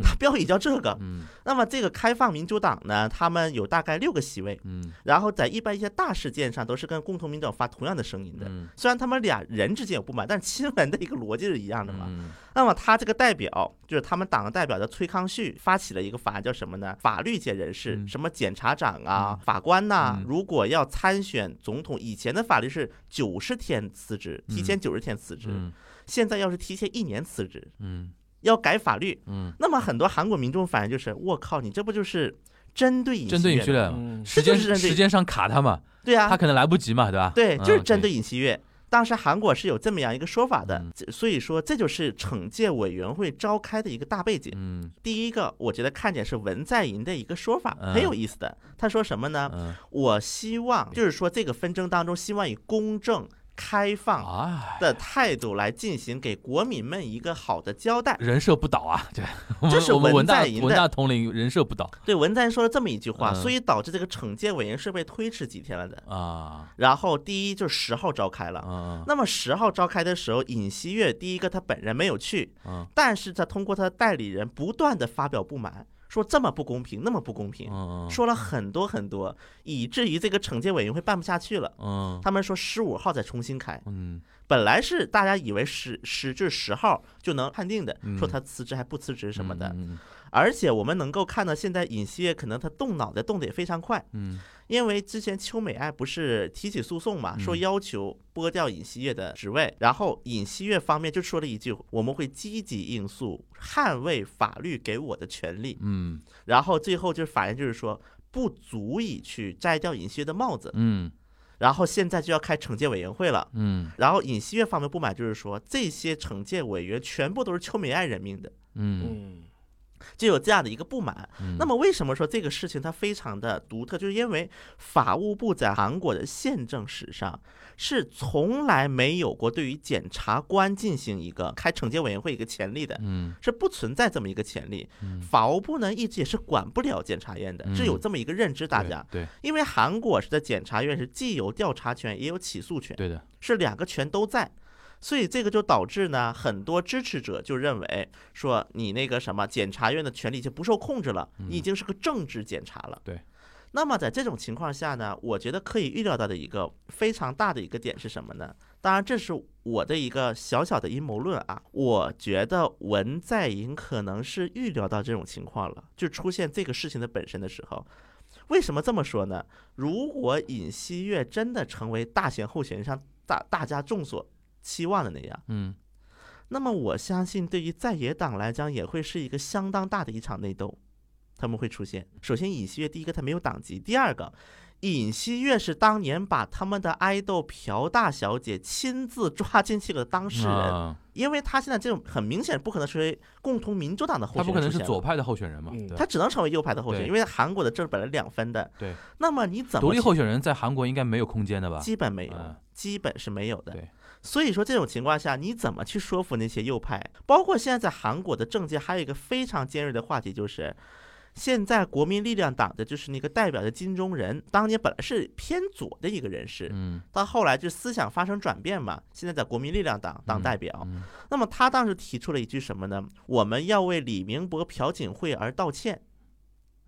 Speaker 3: 它标语叫这个。
Speaker 2: 嗯
Speaker 3: 那么这个开放民主党呢，他们有大概六个席位，
Speaker 2: 嗯
Speaker 3: 然后在一般一些大事件上都是跟共同民主党发同样的声音的。
Speaker 2: 嗯
Speaker 3: 虽然他们俩人之间有不满，但是亲文的一个逻辑是一样的嘛。
Speaker 2: 嗯，
Speaker 3: 那么他这个代表就是他们党的代表的崔康旭发起了一个法案，叫什么呢？法律界人士，
Speaker 2: 嗯
Speaker 3: 什么检察长啊、法官呐、
Speaker 2: 嗯
Speaker 3: 如果要参选总统，以前的法律是九十天辞职，提前九十天辞职，
Speaker 2: 嗯
Speaker 3: 现在要是提前一年辞职，
Speaker 2: 嗯
Speaker 3: 要改法律。
Speaker 2: 嗯，
Speaker 3: 那么很多韩国民众反映就是，我靠，你这不就是针对尹
Speaker 2: 针对
Speaker 3: 锡
Speaker 2: 你
Speaker 3: 悦
Speaker 2: 去
Speaker 3: 的
Speaker 2: 了，
Speaker 1: 嗯
Speaker 2: 时
Speaker 3: 这就
Speaker 2: 间
Speaker 3: 是针对
Speaker 2: 时间上卡他嘛，
Speaker 3: 对啊，
Speaker 2: 他可能来不及嘛，对吧？
Speaker 3: 对，
Speaker 2: 嗯
Speaker 3: 就是针对尹锡悦。当时韩国是有这么样一个说法的
Speaker 2: 嗯，
Speaker 3: 这所以说这就是惩戒委员会召开的一个大背景。
Speaker 2: 嗯
Speaker 3: 第一个，我觉得看点是文在寅的一个说法，
Speaker 2: 嗯
Speaker 3: 很有意思的。他说什么呢？
Speaker 2: 嗯
Speaker 3: 我希望就是说这个纷争当中，希望以公正、开放
Speaker 2: 啊，
Speaker 3: 的态度来进行，给国民们一个好的交代。
Speaker 2: 人设不倒啊， (laughs) 对，我
Speaker 3: 这
Speaker 2: 们
Speaker 3: 是
Speaker 2: 我们
Speaker 3: 文
Speaker 2: 文大
Speaker 3: 在寅的
Speaker 2: 文大统领人设不倒
Speaker 3: 对，文在寅说了这么一句话，
Speaker 2: 嗯
Speaker 3: 所以导致这个惩戒委员是被推迟几天了的。
Speaker 2: 啊
Speaker 3: 然后第一就是十号召开了，
Speaker 2: 嗯
Speaker 3: 啊那么十号召开的时候，尹锡悦第一个他本人没有去，
Speaker 2: 嗯
Speaker 3: 但是他通过他的代理人不断的发表不满，说这么不公平，那么不公平，
Speaker 2: 嗯
Speaker 3: 说了很多很多，以至于这个惩戒委员会办不下去了。
Speaker 2: 嗯
Speaker 3: 他们说十五号再重新开，
Speaker 2: 嗯
Speaker 3: 本来是大家以为十十至十号就能判定的
Speaker 2: 嗯，
Speaker 3: 说他辞职还不辞职什么的。
Speaker 2: 嗯
Speaker 3: 而且我们能够看到，现在尹锡悦可能他动脑袋动得也非常快，
Speaker 2: 嗯
Speaker 3: 因为之前邱美爱不是提起诉讼嘛，
Speaker 2: 嗯
Speaker 3: 说要求剥掉尹锡悦的职位，然后尹锡悦方面就说了一句：“我们会积极应诉，捍卫法律给我的权利。
Speaker 2: 嗯”
Speaker 3: 然后最后就是法院就是说不足以去摘掉尹锡悦的帽子，
Speaker 2: 嗯
Speaker 3: 然后现在就要开惩戒委员会了。
Speaker 2: 嗯
Speaker 3: 然后尹锡悦方面不满就是说，这些惩戒委员全部都是邱美爱任命的，
Speaker 2: 嗯
Speaker 1: 嗯
Speaker 3: 就有这样的一个不满。
Speaker 2: 嗯，
Speaker 3: 那么为什么说这个事情它非常的独特？就是因为法务部在韩国的宪政史上是从来没有过对于检察官进行一个开惩戒委员会一个潜力的。
Speaker 2: 嗯
Speaker 3: 是不存在这么一个潜力
Speaker 2: 嗯，
Speaker 3: 法务部呢一直也是管不了检察院的，
Speaker 2: 嗯
Speaker 3: 是有这么一个认知。大家，
Speaker 2: 对
Speaker 3: 因为韩国是的检察院是既有调查权也有起诉权，
Speaker 2: 对的，
Speaker 3: 是两个权都在，所以这个就导致呢，很多支持者就认为说你那个什么检察院的权力已经不受控制了，你已经是个政治检察了。
Speaker 2: 对。
Speaker 3: 那么在这种情况下呢，我觉得可以预料到的一个非常大的一个点是什么呢？当然，这是我的一个小小的阴谋论啊。我觉得文在寅可能是预料到这种情况了，就出现这个事情的本身的时候。为什么这么说呢？如果尹锡悦真的成为大选候选人上大大家众所期望的那样，
Speaker 2: 嗯
Speaker 3: 那么我相信对于在野党来讲，也会是一个相当大的一场内斗，他们会出现。首先，尹锡悦第一个他没有党籍，第二个，尹锡悦是当年把他们的爱豆朴大小姐亲自抓进去的当事人，
Speaker 2: 啊
Speaker 3: 因为他现在这种很明显不可能成为共同民主党的候选
Speaker 2: 他
Speaker 3: 人，
Speaker 2: 不可能是左，派的候选人嘛，
Speaker 1: 嗯
Speaker 2: 对
Speaker 3: 他只能成为右派的候选
Speaker 2: 对
Speaker 3: 人，因为韩国的政本来两分的，
Speaker 2: 对，
Speaker 3: 那么你怎么
Speaker 2: 独立
Speaker 3: 去
Speaker 2: 候选人在韩国应该没有空间的吧？
Speaker 3: 基本没有
Speaker 2: 嗯，
Speaker 3: 基本是没有的
Speaker 2: 对。
Speaker 3: 所以说这种情况下，你怎么去说服那些右派？包括现在在韩国的政界，还有一个非常尖锐的话题，就是现在国民力量党的就是那个代表的金钟仁，当年本来是偏左的一个人士，
Speaker 2: 嗯，
Speaker 3: 到后来就思想发生转变嘛，现在在国民力量党当代表。
Speaker 2: 嗯
Speaker 3: 那么他当时提出了一句什么呢？我们要为李明博、朴槿惠而道歉，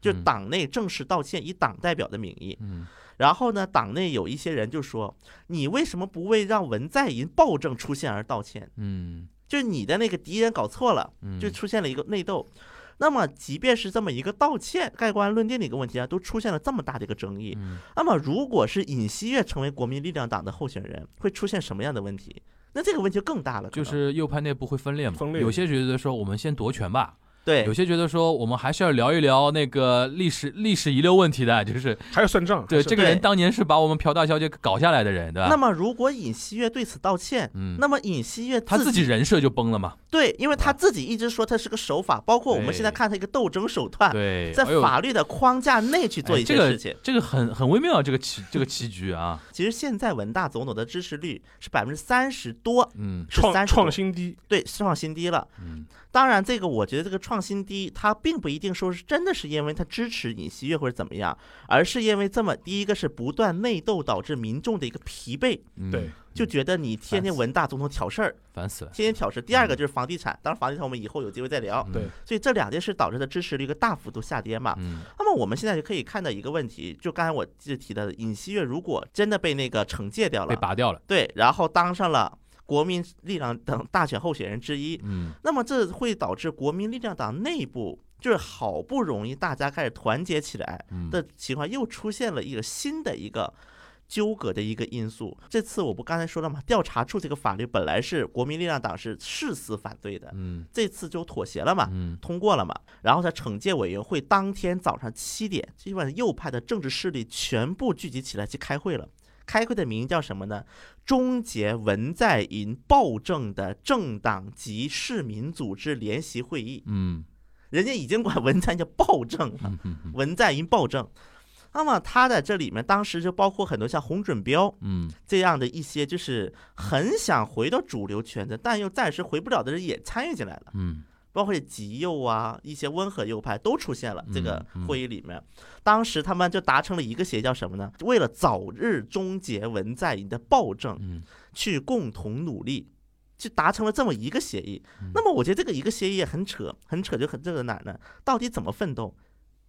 Speaker 3: 就
Speaker 2: 嗯
Speaker 3: 党内正式道歉，以党代表的名义。
Speaker 2: 嗯，
Speaker 3: 然后呢，党内有一些人就说：“你为什么不为让文在寅暴政出现而道歉？
Speaker 2: 嗯
Speaker 3: 就是你的那个敌人搞错了，
Speaker 2: 嗯，
Speaker 3: 就出现了一个内斗。那么，即便是这么一个道歉盖棺论定的一个问题啊，都出现了这么大的一个争议。
Speaker 2: 嗯
Speaker 3: 那么，如果是尹锡悦成为国民力量党的候选人，会出现什么样的问题？那这个问题就更大了，可
Speaker 2: 就
Speaker 3: 能
Speaker 2: 是右派内部会分裂嘛，
Speaker 1: 分裂
Speaker 2: 有些觉得说我们先夺权吧，有
Speaker 3: 对
Speaker 2: 些觉得说我们还是要聊一聊那个历史历史遗留问题的， (laughs) 就是
Speaker 1: 还有算账，
Speaker 2: 对
Speaker 1: 还是
Speaker 2: 这个人
Speaker 3: 对
Speaker 2: 当年是把我们朴大小姐搞下来的人，对吧？
Speaker 3: 那么，如果尹锡悦对此道歉，
Speaker 2: 嗯，
Speaker 3: 那么尹锡悦
Speaker 2: 他自己人设就崩了嘛，
Speaker 3: 对，因为
Speaker 2: 啊
Speaker 3: 他自己一直说他是个手法，包括我们现在
Speaker 2: 对
Speaker 3: 看他一个斗争手段，
Speaker 2: 对，
Speaker 3: 啊在
Speaker 2: 哎呦
Speaker 3: 法律的框架内去做
Speaker 2: 哎
Speaker 3: 一
Speaker 2: 这
Speaker 3: 些
Speaker 2: 个
Speaker 3: 事情。
Speaker 2: 这个很很微妙啊，这个棋这个棋局啊，
Speaker 3: 其实现在文大总统的支持率是百分之三十多，
Speaker 2: 嗯
Speaker 3: 是
Speaker 1: 创
Speaker 3: 30
Speaker 1: 创
Speaker 3: 多
Speaker 1: 新低，
Speaker 3: 对，创新低了。
Speaker 2: 嗯
Speaker 3: 当然，这个我觉得这个创新低，它并不一定说是真的是因为他支持尹锡悦或者怎么样，而是因为这么第一个是不断内斗导致民众的一个疲惫，
Speaker 2: 嗯，
Speaker 1: 对，
Speaker 3: 就觉得你天天文大总统挑事儿，
Speaker 2: 烦死了，
Speaker 3: 天天挑事儿。第二个就是房地产，当然房地产我们以后有机会再聊。
Speaker 2: 嗯
Speaker 1: 对，
Speaker 3: 所以这两件事导致的支持率一个大幅度下跌嘛。
Speaker 2: 嗯
Speaker 3: 那么我们现在就可以看到一个问题，就刚才我就提到的，尹锡悦如果真的被那个惩戒掉
Speaker 2: 被
Speaker 3: 了，
Speaker 2: 拔掉了，
Speaker 3: 对，然后当上了国民力量党大选候选人之一，
Speaker 2: 嗯
Speaker 3: 那么这会导致国民力量党内部就是好不容易大家开始团结起来
Speaker 2: 嗯，
Speaker 3: 的情况，又出现了一个新的一个。纠葛的一个因素，这次我不刚才说了吗？调查处这个法律本来是国民力量党是誓死反对的，
Speaker 2: 嗯
Speaker 3: 这次就妥协了嘛，
Speaker 2: 嗯
Speaker 3: 通过了嘛，然后在惩戒委员会当天早上七点，基本上右派的政治势力全部聚集起来去开会了。开会的名义叫什么呢？终结文在寅暴政的政党及市民组织联席会议。
Speaker 2: 嗯
Speaker 3: 人家已经管文在寅叫暴政 (laughs) 了，
Speaker 2: 嗯嗯嗯
Speaker 3: 文在寅暴政。那么他在这里面，当时就包括很多像洪准彪
Speaker 2: 嗯，
Speaker 3: 这样的一些，就是很想回到主流圈子，但又暂时回不了的人也参与进来了。
Speaker 2: 嗯
Speaker 3: 包括极右啊，一些温和右派都出现了这个
Speaker 2: 嗯嗯
Speaker 3: 会议里面。当时他们就达成了一个协议，叫什么呢？为了早日终结文在寅的暴政，
Speaker 2: 嗯
Speaker 3: 去共同努力，就达成了这么一个协议
Speaker 2: 嗯。
Speaker 3: 那么我觉得这个一个协议也很扯，很扯就很这个哪儿呢？到底怎么奋斗？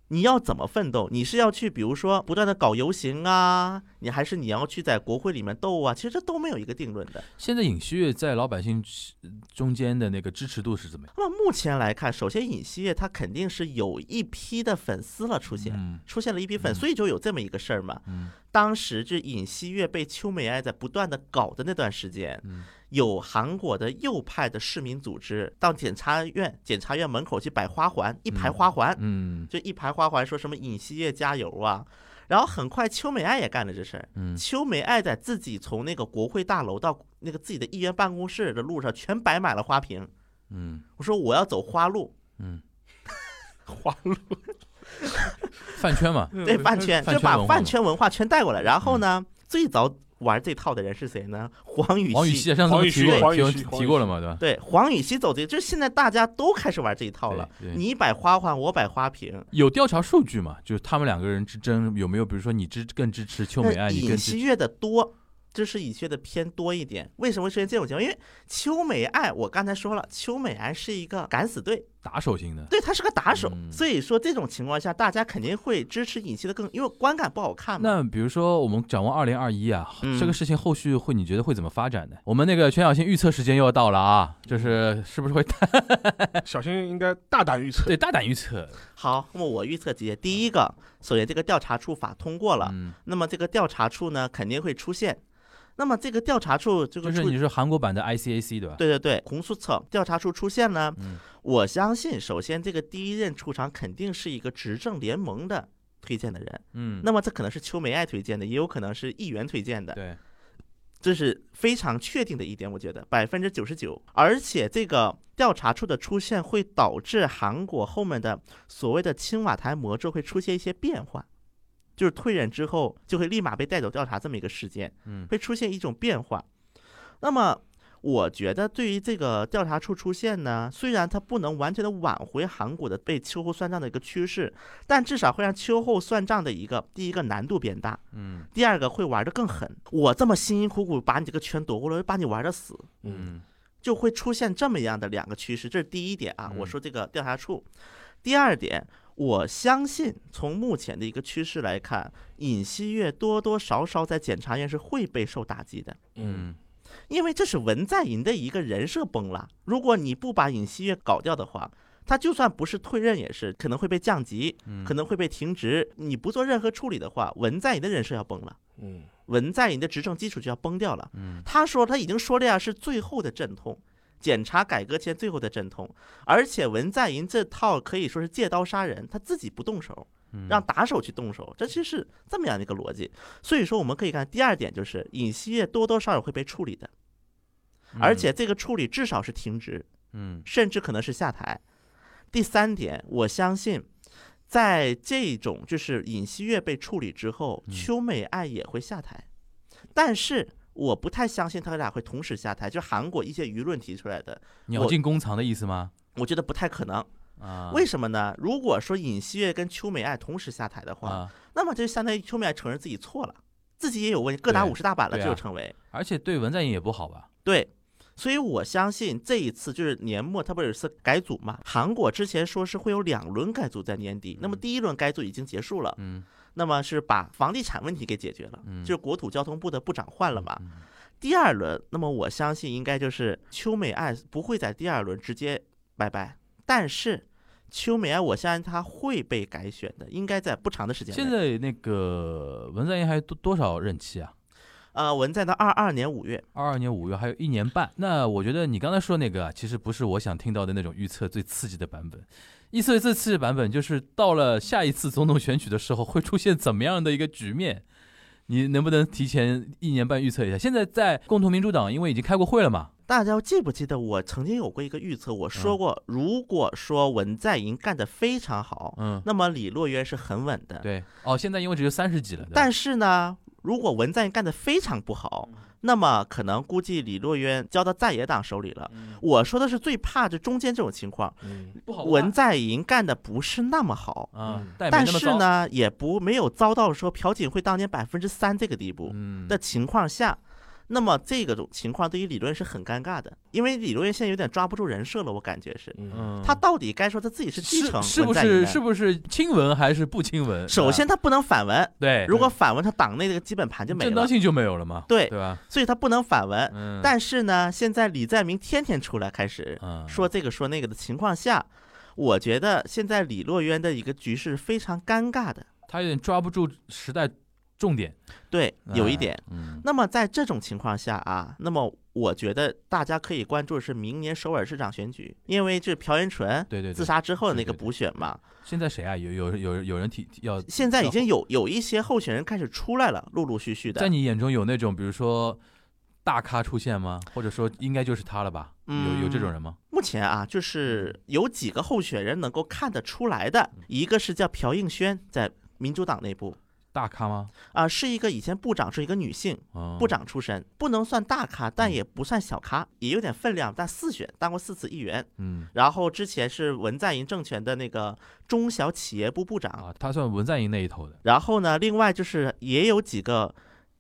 Speaker 3: 你要怎么奋斗？你是要去，比如说不断的搞游行啊，你还是你要去在国会里面斗啊？其实这都没有一个定论的。
Speaker 2: 现在尹锡悦在老百姓呃中间的那个支持度是怎么样？
Speaker 3: 那么目前来看，首先尹锡悦他肯定是有一批的粉丝了出现，
Speaker 2: 嗯
Speaker 3: 出现了一批粉，
Speaker 2: 嗯
Speaker 3: 所以就有这么一个事儿嘛。
Speaker 2: 嗯
Speaker 3: 当时就尹锡悦被秋美爱在不断的搞的那段时间，
Speaker 2: 嗯
Speaker 3: 有韩国的右派的市民组织到检察院检察院门口去摆花环，一排
Speaker 2: 嗯
Speaker 3: 花环，
Speaker 2: 嗯
Speaker 3: 就一排花环，说什么尹锡悦加油啊。然后很快秋美爱也干了这事儿，
Speaker 2: 嗯
Speaker 3: 秋美爱在自己从那个国会大楼到那个自己的议员办公室的路上，全摆满了花瓶。
Speaker 2: 嗯
Speaker 3: 我说我要走花路，
Speaker 2: 嗯，
Speaker 1: 花
Speaker 2: 饭圈嘛，
Speaker 1: 嗯 (laughs)
Speaker 3: 对饭圈，
Speaker 2: 饭
Speaker 3: 就
Speaker 2: 圈
Speaker 3: 把
Speaker 2: 文化嘛嗯
Speaker 3: 饭圈文化全带过来。然后呢，最早玩这套的人是谁呢？黄禹
Speaker 2: 王禹
Speaker 3: 锡。
Speaker 2: 锡啊上次我们
Speaker 1: 黄禹锡
Speaker 2: 提过
Speaker 1: 黄禹
Speaker 2: 提
Speaker 1: 锡
Speaker 2: 过
Speaker 1: 黄禹
Speaker 2: 提过了嘛，对吧？
Speaker 3: 对，黄禹锡走这个，就是现在大家都开始玩这一套了。
Speaker 2: 对，对
Speaker 3: 你摆花环，我摆花瓶。
Speaker 2: 有调查数据嘛？就是他们两个人之争有没有，比如说你支更支持秋美爱，
Speaker 3: 那
Speaker 2: 你更支
Speaker 3: 尹
Speaker 2: 持
Speaker 3: 锡悦的多，就是尹锡悦的偏多一点。为什么会出现这种情况？因为秋美爱，我刚才说了，秋美爱是一个敢死队，
Speaker 2: 打手型的？
Speaker 3: 对，他是个打手。
Speaker 2: 嗯
Speaker 3: 所以说这种情况下，大家肯定会支持尹锡的更，因为观感不好看嘛。
Speaker 2: 那比如说，我们展望二零二一啊，
Speaker 3: 嗯
Speaker 2: 这个事情后续会你觉得会怎么发展呢？我们那个全小新预测时间又要到了啊，就是是不是会大
Speaker 1: 小新应该大胆预测，
Speaker 2: 对大胆预
Speaker 3: (laughs)
Speaker 2: 测？
Speaker 3: 好，那么我预测几点：第一个，首先这个调查处法通过了，
Speaker 2: 嗯，
Speaker 3: 那么这个调查处呢肯定会出现。那么这个调查处
Speaker 2: 就
Speaker 3: 这个
Speaker 2: 是
Speaker 3: 处
Speaker 2: 你是韩国版的 ICAC 对吧？，
Speaker 3: 对对对，红树草调查处出现呢，
Speaker 2: 嗯
Speaker 3: 我相信首先这个第一任处长肯定是一个执政联盟的推荐的人。
Speaker 2: 嗯，
Speaker 3: 那么这可能是邱梅爱推荐的，也有可能是议员推荐的，
Speaker 2: 对，
Speaker 3: 这是非常确定的一点，我觉得百分之九十九。而且这个调查处的出现会导致韩国后面的所谓的青瓦台魔咒会出现一些变化，就是退任之后就会立马被带走调查这么一个事件，
Speaker 2: 嗯
Speaker 3: 会出现一种变化。那么。我觉得对于这个调查处出现呢，虽然它不能完全的挽回韩国的被秋后算账的一个趋势，但至少会让秋后算账的一个第一个难度变大，
Speaker 2: 嗯
Speaker 3: 第二个会玩的更狠。我这么辛辛苦苦把你这个圈夺过来，把你玩的死，
Speaker 1: 嗯
Speaker 2: 嗯
Speaker 3: 就会出现这么样的两个趋势。这是第一点啊，
Speaker 2: 嗯
Speaker 3: 我说这个调查处。第二点，我相信从目前的一个趋势来看，尹锡悦多多少少在检察院是会被受打击的。
Speaker 1: 嗯
Speaker 2: 嗯
Speaker 3: 因为这是文在寅的一个人设崩了。如果你不把尹锡悦搞掉的话，他就算不是退任，也是可能会被降级，
Speaker 2: 嗯，
Speaker 3: 可能会被停职。你不做任何处理的话，文在寅的人设要崩了。
Speaker 1: 嗯
Speaker 3: 文在寅的执政基础就要崩掉了。
Speaker 2: 嗯
Speaker 3: 他说他已经说这样是最后的阵痛，检察改革前最后的阵痛。而且文在寅这套可以说是借刀杀人，他自己不动手，
Speaker 2: 嗯
Speaker 3: 让打手去动手，这其实是这么样的一个逻辑。所以说我们可以看第二点就是尹锡悦多多少少会被处理的，而且这个处理至少是停职，
Speaker 2: 嗯
Speaker 3: 甚至可能是下台。第三点，我相信，在这种就是尹锡悦被处理之后，
Speaker 2: 嗯
Speaker 3: 邱美爱也会下台，但是我不太相信他俩会同时下台。就韩国一些舆论提出来的，
Speaker 2: 鸟
Speaker 3: 我
Speaker 2: 尽弓藏的意思吗？
Speaker 3: 我觉得不太可能。
Speaker 2: 啊，
Speaker 3: 为什么呢？如果说尹锡悦跟邱美爱同时下台的话，
Speaker 2: 啊？
Speaker 3: 那么就相当于邱美爱承认自己错了，自己也有问题，各打
Speaker 2: 对
Speaker 3: 五十大板了，
Speaker 2: 对
Speaker 3: 这
Speaker 2: 啊
Speaker 3: 就成为。
Speaker 2: 而且对文在寅也不好吧？
Speaker 3: 对，所以我相信这一次就是年末，它不是有一次改组嘛？韩国之前说是会有两轮改组在年底，那么
Speaker 2: 嗯
Speaker 3: 第一轮改组已经结束了，
Speaker 2: 嗯，
Speaker 3: 那么是把房地产问题给解决了，
Speaker 2: 嗯
Speaker 3: 就是国土交通部的部长换了嘛。
Speaker 2: 嗯？
Speaker 3: 第二轮，那么我相信应该就是邱美爱不会在第二轮直接拜拜，但是。邱美爱，我相信她会被改选的，应该在不长的时间内。
Speaker 2: 现在那个文在寅还多多少任期啊？
Speaker 3: 呃，文在到二二年五月，
Speaker 2: 二二年五月还有一年半。那我觉得你刚才说那个啊，其实不是我想听到的那种预测最刺激的版本。预测最刺激的版本就是到了下一次总统选举的时候会出现怎么样的一个局面？你能不能提前一年半预测一下？现在在共同民主党，因为已经开过会了嘛，
Speaker 3: 大家记不记得我曾经有过一个预测？我
Speaker 2: 嗯
Speaker 3: 说过，如果说文在寅干得非常好，
Speaker 2: 嗯，
Speaker 3: 那么李洛渊是很稳的。
Speaker 2: 对，哦，现在因为只有三十几了，对吧
Speaker 3: 但是呢，如果文在寅干得非常不好，
Speaker 2: 嗯
Speaker 3: 那么可能估计李洛渊交到在野党手里了。我说的是最怕这中间这种情况，
Speaker 1: 嗯
Speaker 2: 嗯不好办
Speaker 3: 文在寅干得不是那么好，
Speaker 2: 啊
Speaker 1: 嗯，
Speaker 2: 但也没
Speaker 3: 但
Speaker 2: 那么
Speaker 3: 是
Speaker 2: 糟，
Speaker 3: 呢，也不没有遭到说朴槿惠当年百分之三这个地步。
Speaker 2: 嗯，
Speaker 3: 的情况下，那么这个种情况对于理论是很尴尬的，因为理论现在有点抓不住人设了，我感觉是
Speaker 1: 嗯
Speaker 2: 嗯，
Speaker 3: 他到底该说他自己是继
Speaker 2: 是
Speaker 3: 承
Speaker 2: 是不
Speaker 3: 文在寅
Speaker 2: 是
Speaker 3: 的
Speaker 2: 是不是亲文还是不亲文？
Speaker 3: 首先他不能反文，
Speaker 2: 对，
Speaker 3: 如果反文，他党内这个基本盘就没
Speaker 2: 正当
Speaker 3: 了，
Speaker 2: 性就没有了嘛，
Speaker 3: 对
Speaker 2: 对吧？
Speaker 3: 所以他不能反文。
Speaker 2: 嗯，
Speaker 3: 但是呢，现在李在明天天出来开始
Speaker 2: 嗯
Speaker 3: 说这个说那个的情况下，我觉得现在李洛渊的一个局势非常尴尬的，
Speaker 2: 他有点抓不住时代重点，
Speaker 3: 对，有一
Speaker 2: 哎
Speaker 3: 点。，
Speaker 2: 嗯
Speaker 3: 那么在这种情况下啊，那么我觉得大家可以关注的是明年首尔市长选举，因为这朴元淳
Speaker 2: 对对
Speaker 3: 自
Speaker 2: 对，
Speaker 3: 杀之后的
Speaker 2: 对
Speaker 3: 那
Speaker 2: 对
Speaker 3: 个
Speaker 2: 对
Speaker 3: 补选嘛，
Speaker 2: 现在谁啊？有有有有人提提要，
Speaker 3: 现在已
Speaker 2: 要
Speaker 3: 经有有一些候选人开始出来了，陆陆续续
Speaker 2: 在
Speaker 3: 的。
Speaker 2: 你眼中有那种比如说大咖出现吗？或者说应该就是他了吧？有有这种人吗？
Speaker 3: 目前啊，
Speaker 2: 嗯
Speaker 3: 就是有几个候选人能够看得出来的，一个是叫朴应轩，在民主党内部
Speaker 2: 大咖吗？
Speaker 3: 啊、是一个以前部长，是一个女性
Speaker 2: 嗯，
Speaker 3: 部长出身，不能算大咖，但也不算小咖，也有点分量，但四选当过四次议员。
Speaker 2: 嗯
Speaker 3: 然后之前是文在寅政权的那个中小企业部部长。
Speaker 2: 啊，他算文在寅那一头的，
Speaker 3: 然后呢，另外就是也有几个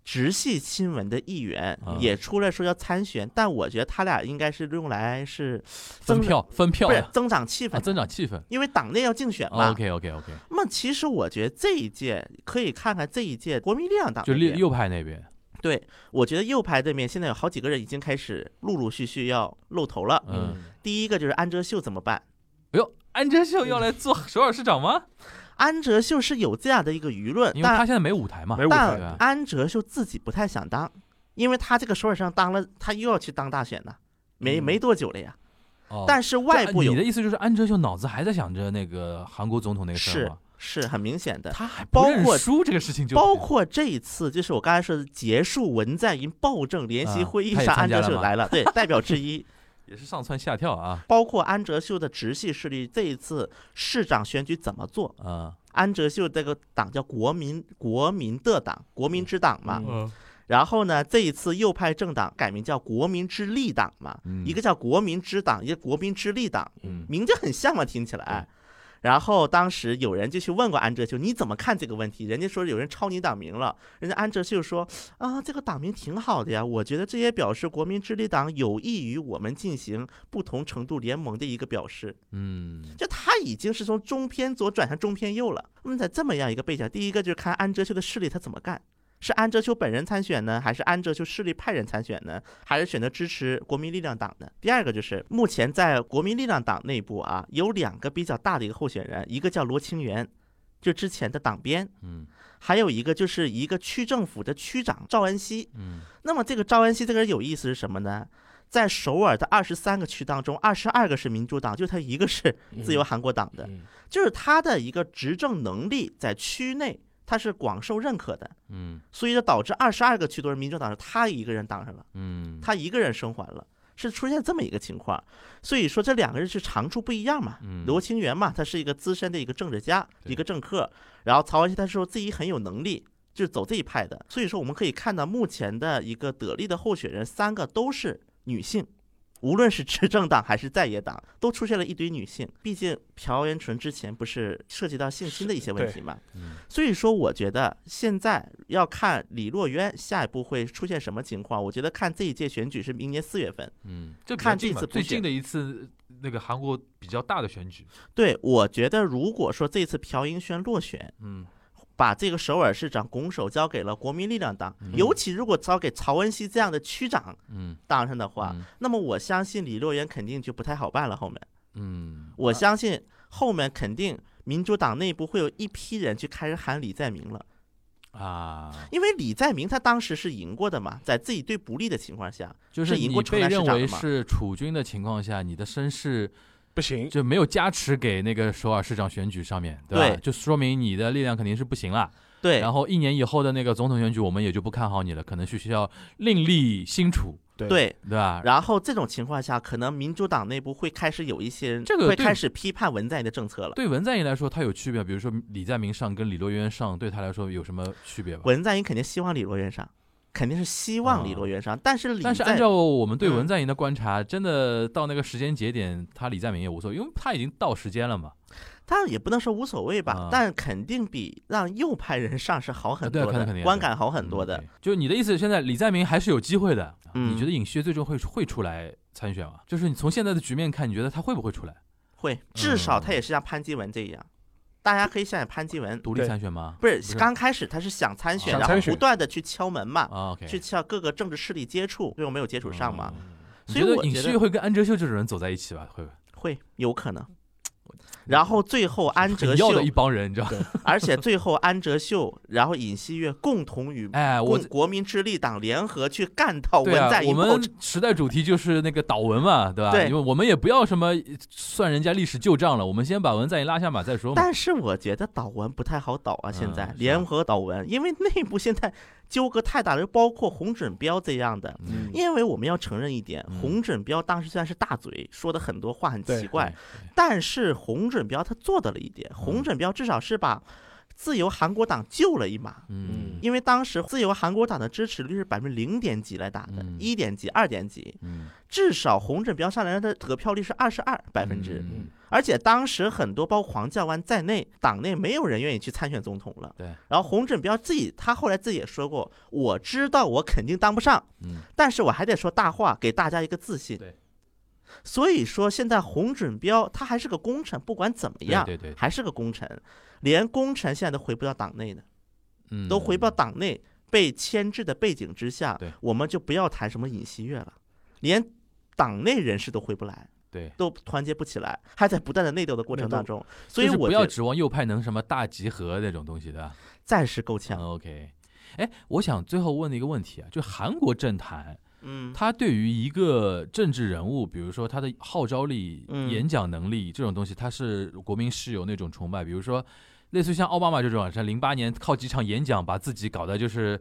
Speaker 3: 直系亲文的议员
Speaker 2: 啊
Speaker 3: 也出来说要参选，但我觉得他俩应该是用来是
Speaker 2: 分
Speaker 3: 增
Speaker 2: 票分票
Speaker 3: 不是
Speaker 2: 的
Speaker 3: 增长气
Speaker 2: 啊，
Speaker 3: 氛，
Speaker 2: 增长气氛。
Speaker 3: 因为党内要竞选嘛。
Speaker 2: OK OK OK，
Speaker 3: 那么其实我觉得这一届可以看看这一届国民力量党
Speaker 2: 就
Speaker 3: 那
Speaker 2: 右
Speaker 3: 边
Speaker 2: 右派那边，
Speaker 3: 对，我觉得右派这面现在有好几个人已经开始陆陆续续要露头了。
Speaker 2: 嗯，
Speaker 3: 第一个就是安哲秀怎么办？
Speaker 2: 哎呦，安哲秀要来做首尔市长吗？
Speaker 3: 安哲秀是有这样的一个舆论，
Speaker 2: 因为
Speaker 3: 但
Speaker 2: 他现在没舞台嘛，
Speaker 1: 没舞
Speaker 2: 对
Speaker 1: 台
Speaker 2: 吧
Speaker 3: 但安哲秀自己不太想当，因为他这个首尔上当了，他又要去当大选呢，没
Speaker 1: 嗯
Speaker 3: 没多久了呀。
Speaker 2: 哦
Speaker 3: 但是
Speaker 2: 这
Speaker 3: 外部
Speaker 2: 你
Speaker 3: 有
Speaker 2: 的意思就是安哲秀脑子还在想着那个韩国总统那个事儿
Speaker 3: 是
Speaker 2: 吗？
Speaker 3: 是很明显的。
Speaker 2: 他还不
Speaker 3: 包
Speaker 2: 认
Speaker 3: 括
Speaker 2: 输这个事情就
Speaker 3: 包括这一次，就是我刚才说的结束文在寅暴政联席
Speaker 2: 啊
Speaker 3: 会议
Speaker 2: 他也
Speaker 3: 上，
Speaker 2: 参
Speaker 3: 安
Speaker 2: 加
Speaker 3: 哲
Speaker 2: 了
Speaker 3: 秀
Speaker 2: 吗
Speaker 3: 来了，对，代
Speaker 2: (laughs)
Speaker 3: 表之一。
Speaker 2: 也是上蹿下跳啊，
Speaker 3: 包括安哲秀的直系势力，这一次市长选举怎么做？
Speaker 2: 啊，
Speaker 3: 安哲秀这个党叫国民国民的党，国民之党嘛。
Speaker 2: 嗯
Speaker 3: 然后呢，这一次右派政党改名叫国民之力党嘛，
Speaker 2: 嗯
Speaker 3: 一个叫国民之党，一个国民之力党，
Speaker 2: 嗯
Speaker 3: 名字很像嘛，听起来。然后当时有人就去问过安哲秀，你怎么看这个问题？人家说有人抄你党名了，人家安哲秀说啊，这个党名挺好的呀，我觉得这也表示国民之力党有益于我们进行不同程度联盟的一个表示。
Speaker 2: 嗯
Speaker 3: 就他已经是从中偏左转向中偏右了。那么在这么样一个背景，第一个就是看安哲秀的势力他怎么干，是安哲秀本人参选呢，还是安哲秀势力派人参选呢，还是选择支持国民力量党呢？第二个就是目前在国民力量党内部啊，有两个比较大的一个候选人，一个叫罗清源，就之前的党鞭，
Speaker 2: 嗯
Speaker 3: 还有一个就是一个区政府的区长赵恩熙。
Speaker 2: 嗯
Speaker 3: 那么这个赵恩熙这个人有意思是什么呢？在首尔的二十三个区当中，二十二个是民主党，就他一个是自由韩国党的，
Speaker 1: 嗯
Speaker 3: 就是他的一个执政能力在区内他是广受认可的，
Speaker 2: 嗯
Speaker 3: 所以就导致二十二个区都是民主党，是他一个人当上了，
Speaker 2: 嗯，
Speaker 3: 他一个人生还了，是出现这么一个情况。所以说这两个人是长处不一样嘛。
Speaker 2: 嗯
Speaker 3: 罗清源嘛，他是一个资深的一个政治家，
Speaker 2: 对
Speaker 3: 一个政客，然后曹安熙他说自己很有能力。就是走这一派的，所以说我们可以看到目前的一个得力的候选人，三个都是女性，无论是执政党还是在野党，都出现了一堆女性。毕竟朴元淳之前不是涉及到性侵的一些问题嘛，
Speaker 2: 嗯
Speaker 3: 所以说，我觉得现在要看李洛渊下一步会出现什么情况。我觉得看这一届选举是明年四月份。
Speaker 2: 嗯，这比较
Speaker 3: 看
Speaker 2: 近
Speaker 3: 这
Speaker 2: 嘛
Speaker 3: 次
Speaker 2: 最
Speaker 3: 补选
Speaker 2: 近的一次那个韩国比较大的选举，
Speaker 3: 对，我觉得如果说这次朴英轩落选，
Speaker 2: 嗯
Speaker 3: 把这个首尔市长拱手交给了国民力量党，
Speaker 2: 嗯
Speaker 3: 尤其如果交给曹恩熙这样的区长
Speaker 2: 嗯
Speaker 3: 当上的话，
Speaker 2: 嗯
Speaker 3: 那么我相信李洛渊肯定就不太好办了。后面，
Speaker 2: 嗯，
Speaker 3: 我
Speaker 2: 啊
Speaker 3: 相信后面肯定民主党内部会有一批人去开始喊李在明了。
Speaker 2: 啊，
Speaker 3: 因为李在明他当时是赢过的嘛，在自己对不利的情况下，
Speaker 2: 就是是
Speaker 3: 赢
Speaker 2: 你
Speaker 3: 过城
Speaker 2: 被
Speaker 3: 南市
Speaker 2: 认
Speaker 3: 长
Speaker 2: 为
Speaker 3: 的嘛
Speaker 2: 是储君的情况下，你的身世
Speaker 1: 不行，
Speaker 2: 就没有加持给那个首尔市长选举上面，对吧？
Speaker 3: 对
Speaker 2: 就说明你的力量肯定是不行了。
Speaker 3: 对，
Speaker 2: 然后一年以后的那个总统选举，我们也就不看好你了，可能是需要另立新处，
Speaker 1: 对
Speaker 3: 对，
Speaker 2: 对吧？
Speaker 3: 然后这种情况下，可能民主党内部会开始有一些人
Speaker 2: 这个
Speaker 3: 会
Speaker 2: 对
Speaker 3: 开始批判文在寅的政策了。
Speaker 2: 对文在寅来说，他有区别，比如说李在明上跟李洛渊上，对他来说有什么区别吧？
Speaker 3: 文在寅肯定希望李洛渊上，肯定是希望李洛渊上，但是李
Speaker 2: 啊但是
Speaker 3: 在
Speaker 2: 按照我们对
Speaker 3: 嗯
Speaker 2: 文在寅的观察，真的到那个时间节点，他李在明也无所谓，因为他已经到时间了嘛。
Speaker 3: 他也不能说无所谓吧，
Speaker 2: 啊
Speaker 3: 但肯定比让右派人上是好很
Speaker 2: 对
Speaker 3: 多
Speaker 2: 肯定
Speaker 3: 的，
Speaker 2: 肯定
Speaker 3: 观
Speaker 2: 对
Speaker 3: 感好很多的。
Speaker 2: 嗯对就是你的意思，现在李在明还是有机会的。
Speaker 3: 嗯
Speaker 2: 你觉得尹锡悦最终会会出来参选吗？就是你从现在的局面看，你觉得他会不会出来
Speaker 3: 会，至少
Speaker 2: 嗯
Speaker 3: 他也是像潘基文这样，大家可以想想潘基文。
Speaker 2: 独立
Speaker 1: 对
Speaker 2: 参选吗？
Speaker 3: 不
Speaker 2: 不
Speaker 3: 是
Speaker 2: 是
Speaker 3: 刚开始他是想参选，
Speaker 1: 想
Speaker 3: 然后
Speaker 1: 参选
Speaker 3: 不断的去敲门嘛，
Speaker 2: 啊，OK，
Speaker 3: 去向各个政治势力接触，最后没有接触上嘛，
Speaker 2: 嗯？你
Speaker 3: 所以
Speaker 2: 觉得
Speaker 3: 我
Speaker 2: 尹
Speaker 3: 觉
Speaker 2: 锡
Speaker 3: 得
Speaker 2: 悦会跟安哲秀这种人走在一起吧？会不会？
Speaker 3: 会有可能。然后最后安哲
Speaker 2: 很要
Speaker 3: 秀
Speaker 2: 的，一帮人，你知道？
Speaker 3: (laughs) 而且最后安哲秀，然后尹锡悦共同与
Speaker 2: 哎，我
Speaker 3: 共国民之力党联合去干倒文
Speaker 2: 对啊
Speaker 3: 在，
Speaker 2: 我
Speaker 3: 寅暴
Speaker 2: 们
Speaker 3: 政。
Speaker 2: 时代主题就是那个倒文嘛，对吧？
Speaker 3: 对
Speaker 2: 因为我们也不要什么算人家历史旧账了，我们先把文在寅拉下马再说嘛。
Speaker 3: 但是我觉得倒文不太好倒啊，现在
Speaker 2: 嗯是
Speaker 3: 联
Speaker 2: 吧
Speaker 3: 合倒文，因为内部现在纠葛太大了，包括洪准标这样的。
Speaker 2: 嗯，
Speaker 3: 因为我们要承认一点，洪准标当时虽然是大嘴，说的很多话很
Speaker 1: 对
Speaker 3: 奇怪，但是洪准标他做到了一点，洪准标至少是把自由韩国党救了一马。
Speaker 2: 嗯，
Speaker 3: 因为当时自由韩国党的支持率是百分之零点几来打的
Speaker 2: 嗯，
Speaker 3: 一、点几、二点几，
Speaker 2: 嗯
Speaker 3: 至少洪准标上来的得票率是二十二百分之，
Speaker 2: 嗯
Speaker 3: 而且当时很多包括黄教官在内，党内没有人愿意去参选总统了。
Speaker 2: 对，
Speaker 3: 然后洪准标自己，他后来自己也说过，我知道我肯定当不上，
Speaker 2: 嗯
Speaker 3: 但是我还得说大话，给大家一个自信。
Speaker 2: 对，
Speaker 3: 所以说现在洪准标他还是个功臣，不管怎么样，
Speaker 2: 对对对
Speaker 3: 还是个功臣，连功臣现在都回不到党内呢，
Speaker 2: 嗯，
Speaker 3: 都回不到党内被牵制的背景之下
Speaker 2: 对，
Speaker 3: 我们就不要谈什么尹锡悦了，连党内人士都回不来，
Speaker 2: 对。
Speaker 3: 都团结不起来，还在不断的内斗的过程当中，所以
Speaker 2: 就是
Speaker 3: 我
Speaker 2: 不
Speaker 3: 觉
Speaker 2: 要
Speaker 3: 得
Speaker 2: 指望右派能什么大集合那种东西的。
Speaker 3: 暂时够呛。
Speaker 2: OK，哎，我想最后问的一个问题啊，就韩国政坛，
Speaker 3: 嗯，
Speaker 2: 它对于一个政治人物，比如说他的号召力、
Speaker 3: 嗯
Speaker 2: 演讲能力这种东西，它是国民是有那种崇拜。比如说类似于像奥巴马这种，像零八年靠几场演讲把自己搞得就是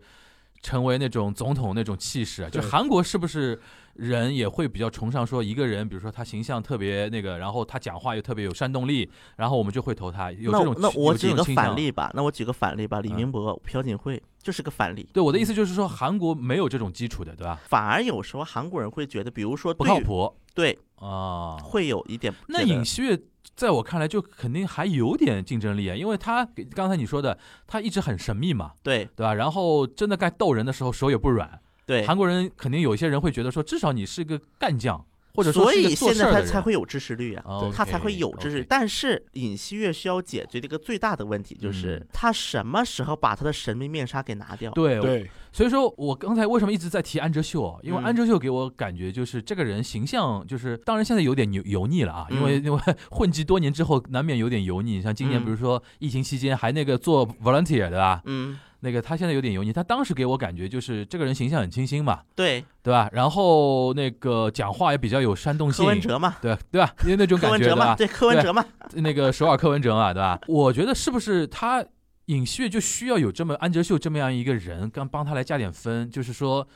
Speaker 2: 成为那种总统那种气势啊。就
Speaker 1: 对
Speaker 2: 韩国是不是人也会比较崇尚说一个人，比如说他形象特别那个，然后他讲话又特别有煽动力，然后我们就会投他。有
Speaker 3: 那
Speaker 2: 这种
Speaker 3: 那
Speaker 2: 趋有
Speaker 3: 我
Speaker 2: 这
Speaker 3: 举
Speaker 2: 种
Speaker 3: 个
Speaker 2: 倾
Speaker 3: 反
Speaker 2: 向
Speaker 3: 例吧，那我举个反例吧，李
Speaker 2: 嗯
Speaker 3: 明博、朴槿惠就是个反例，
Speaker 2: 对我的意思就是说，韩国没有这种基础的，对吧？
Speaker 3: 反而有时候韩国人会觉得，比如说
Speaker 2: 不
Speaker 3: 对
Speaker 2: 靠
Speaker 3: 于，
Speaker 2: 谱
Speaker 3: 对，
Speaker 2: 啊。
Speaker 3: 会有一点觉得。
Speaker 2: 那尹锡悦在我看来就肯定还有点竞争力啊，因为他刚才你说的，他一直很神秘嘛，
Speaker 3: 对
Speaker 2: 对吧？然后真的该逗人的时候手也不软。
Speaker 3: 对，
Speaker 2: 韩国人肯定有一些人会觉得说，至少你是个干将，或者说
Speaker 3: 所
Speaker 2: 是一
Speaker 3: 以
Speaker 2: 个做
Speaker 3: 现
Speaker 2: 事儿的
Speaker 3: 在他
Speaker 2: 人哦
Speaker 3: 才会有支持率啊。
Speaker 2: OK，
Speaker 3: 他才会有支持率
Speaker 2: OK
Speaker 3: 但是尹锡悦需要解决的一个最大的问题就是，
Speaker 2: 嗯
Speaker 3: 他什么时候把他的神秘面纱给拿掉？
Speaker 2: 对，
Speaker 1: 对，
Speaker 2: 所以说我刚才为什么一直在提安哲秀啊？因为
Speaker 3: 嗯
Speaker 2: 安哲秀给我感觉就是这个人形象，就是当然现在有点油油腻了啊，因为因为混迹多年之后难免有点油腻。像今年
Speaker 3: 嗯
Speaker 2: 比如说疫情期间还那个做 volunteer 啊对吧？
Speaker 3: 嗯，
Speaker 2: 那个他现在有点油腻，他当时给我感觉就是这个人形象很清新嘛，
Speaker 3: 对，
Speaker 2: 对吧？然后那个讲话也比较有煽动
Speaker 3: 柯
Speaker 2: 性，
Speaker 3: 文哲嘛，
Speaker 2: 对对吧？因为那种
Speaker 3: 柯
Speaker 2: 感
Speaker 3: 文
Speaker 2: 觉
Speaker 3: 哲
Speaker 2: 对吧
Speaker 3: 嘛，？对，柯文
Speaker 2: 对
Speaker 3: 哲嘛，
Speaker 2: 那个首尔柯文哲嘛，啊对吧？我觉得是不是他尹锡悦就需要有这么安哲秀这么样一个人，刚帮他来加点分，就是说。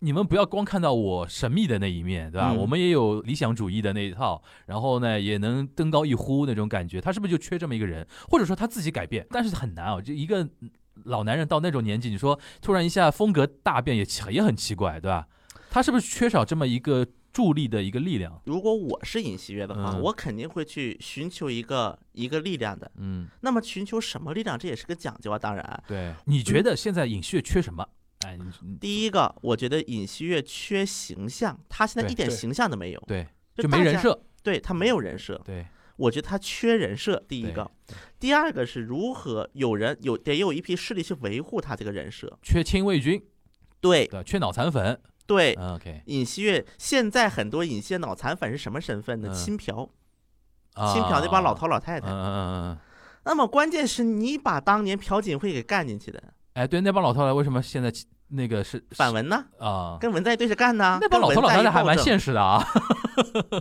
Speaker 2: 你们不要光看到我神秘的那一面，对吧？
Speaker 3: 嗯
Speaker 2: 我们也有理想主义的那一套，然后呢，也能登高一呼那种感觉。他是不是就缺这么一个人，或者说他自己改变？但是很难啊，就一个老男人到那种年纪，你说突然一下风格大变也奇，也很奇怪，对吧？他是不是缺少这么一个助力的一个力量？
Speaker 3: 如果我是尹锡悦的话，
Speaker 2: 嗯
Speaker 3: 我肯定会去寻求一个一个力量的。
Speaker 2: 嗯，
Speaker 3: 那么寻求什么力量，这也是个讲究啊。当然，
Speaker 2: 对，你觉得现在尹旭缺什么？哎，你你
Speaker 3: 第一个，我觉得尹锡悦缺形象，他现在
Speaker 2: 对
Speaker 3: 一点
Speaker 1: 对
Speaker 3: 形象都没有，
Speaker 2: 对，
Speaker 3: 就
Speaker 2: 就
Speaker 3: 大
Speaker 2: 没人
Speaker 3: 家，
Speaker 2: 设，
Speaker 3: 对他没有人设，
Speaker 2: 对，
Speaker 3: 我觉得他缺人设。第一
Speaker 2: 对
Speaker 3: 个，第二个是如何有人有得有一批势力去维护他这个人设，
Speaker 2: 缺亲卫军，
Speaker 3: 对
Speaker 2: 对，缺脑残粉。
Speaker 3: 对。
Speaker 2: 嗯 OK，
Speaker 3: 尹锡悦现在很多尹锡悦脑残粉是什么身份呢？
Speaker 2: 嗯
Speaker 3: 亲朴，
Speaker 2: 啊
Speaker 3: 亲朴那帮老，头老太
Speaker 2: 嗯
Speaker 3: 太。
Speaker 2: 嗯嗯嗯，
Speaker 3: 那么关键是你把当年朴槿惠给干进去的，
Speaker 2: 哎，对，那帮老头来为什么现在那个是
Speaker 3: 反文呢？
Speaker 2: 啊？
Speaker 3: 跟文在寅对着干呢？
Speaker 2: 那帮老头老太太还蛮
Speaker 3: 现，
Speaker 2: 现实的啊。 (laughs)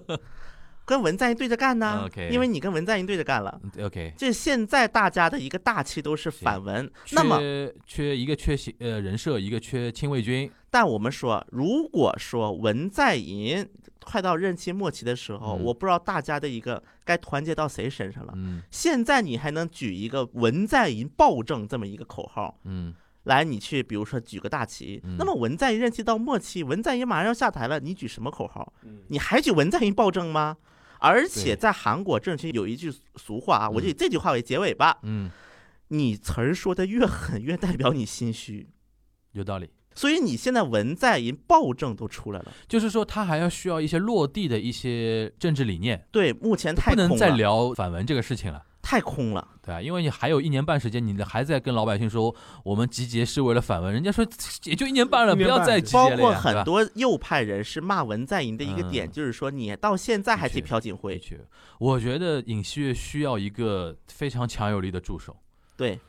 Speaker 3: 跟文在寅对着干呢
Speaker 2: OK
Speaker 3: 因为你跟文在寅对着干了。
Speaker 2: 嗯 OK，
Speaker 3: 这现在大家的一个大气都是反文，那么
Speaker 2: 缺缺一个缺形呃人设，一个缺亲卫军，
Speaker 3: 但我们说，如果说文在寅快到任期末期的时候，
Speaker 2: 嗯
Speaker 3: 我不知道大家的一个该团结到谁身上了。
Speaker 2: 嗯
Speaker 3: 现在你还能举一个文在寅暴政这么一个口号
Speaker 2: 嗯
Speaker 3: 来，你去比如说举个大旗。
Speaker 2: 嗯
Speaker 3: 那么文在寅任期到末期，文在寅马上要下台了，你举什么口号？你还举文在寅暴政吗？而
Speaker 2: 对
Speaker 3: 且在韩国政圈有一句俗话啊，我就
Speaker 2: 嗯
Speaker 3: 以这句话为结尾吧。
Speaker 2: 嗯，
Speaker 3: 你词儿说的越狠，越代表你心虚。
Speaker 2: 有道理。
Speaker 3: 所以你现在文在寅暴政都出来了，
Speaker 2: 就是说，他还要需要一些落地的一些政治理念，
Speaker 3: 对，目前太
Speaker 2: 不能
Speaker 3: 空
Speaker 2: 再
Speaker 3: 了，
Speaker 2: 聊反文这个事情了。
Speaker 3: 太空了。
Speaker 2: 对啊，因为你还有一年半时间，你的还在跟老百姓说我们集结是为了反文，人家说也就一年半了，
Speaker 1: 一
Speaker 2: 不
Speaker 1: 年半
Speaker 2: 要再集结了
Speaker 3: 包
Speaker 2: 呀，
Speaker 3: 括
Speaker 2: 对吧
Speaker 3: 很多右派人士骂文在寅的一个点，
Speaker 2: 嗯
Speaker 3: 就是说你到现在还
Speaker 2: 的
Speaker 3: 提
Speaker 2: 确
Speaker 3: 朴槿
Speaker 2: 的
Speaker 3: 惠，
Speaker 2: 确，我觉得尹锡悦需要一个非常强有力的助手，
Speaker 3: 对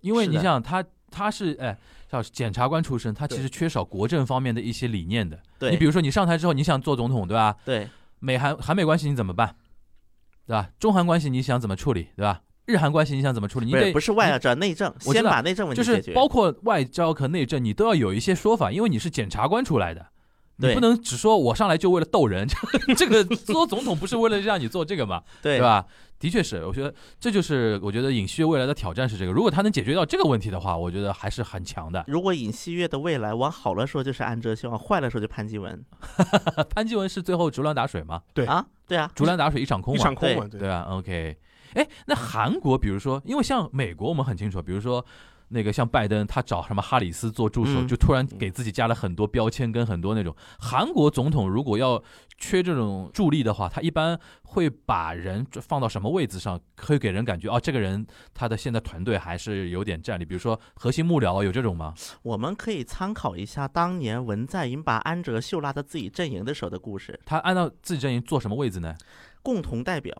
Speaker 2: 因为
Speaker 3: 是
Speaker 2: 你
Speaker 3: 的
Speaker 2: 想他他是哎，像是检察官出身，他其
Speaker 1: 对
Speaker 2: 实缺少国政方面的一些理念的。你比
Speaker 3: 对
Speaker 2: 如说你上台之后，你想做总统，对吧？
Speaker 3: 对
Speaker 2: 美韩韩美关系你怎么办，对吧？中韩关系你想怎么处理，对吧？日韩关系你想怎么处理？你
Speaker 3: 不是
Speaker 2: 得
Speaker 3: 不是外政内政，
Speaker 2: 我知
Speaker 3: 先
Speaker 2: 道
Speaker 3: 把内政问
Speaker 2: 就
Speaker 3: 题
Speaker 2: 是
Speaker 3: 解决。
Speaker 2: 包括外交和内政，你都要有一些说法，因为你是检察官出来的，你
Speaker 3: 对
Speaker 2: 不能只说我上来就为了逗人， (laughs) 这这个做总统不是为了让你做这个嘛，
Speaker 3: (laughs) 对
Speaker 2: 对？吧？的确是，我觉得这就是我觉得尹旭未来的挑战是这个。如果他能解决掉这个问题的话，我觉得还是很强的。
Speaker 3: 如果尹锡悦的未来往好了说就是安哲秀，往坏了说就潘基文
Speaker 2: 呃潘基文是最后竹篮打水嘛，
Speaker 1: 对
Speaker 3: 啊，对啊，
Speaker 2: 竹篮打水一场空
Speaker 1: 一
Speaker 2: 嘛，
Speaker 1: 场空嘛，
Speaker 2: 对啊，OK。哎，那韩国，比如说，因为像美国，我们很清楚，比如说那个像拜登，他找什么哈里斯做助手，
Speaker 3: 嗯
Speaker 2: 就突然给自己加了很多标签跟很多那种。韩国总统如果要缺这种助力的话，他一般会把人放到什么位置上，会给人感觉哦，这个人他的现在团队还是有点战力。比如说核心幕僚有这种吗？
Speaker 3: 我们可以参考一下当年文在寅把安哲秀拉到自己阵营的时候的故事，
Speaker 2: 他按照自己阵营做什么位置呢？
Speaker 3: 共同代表，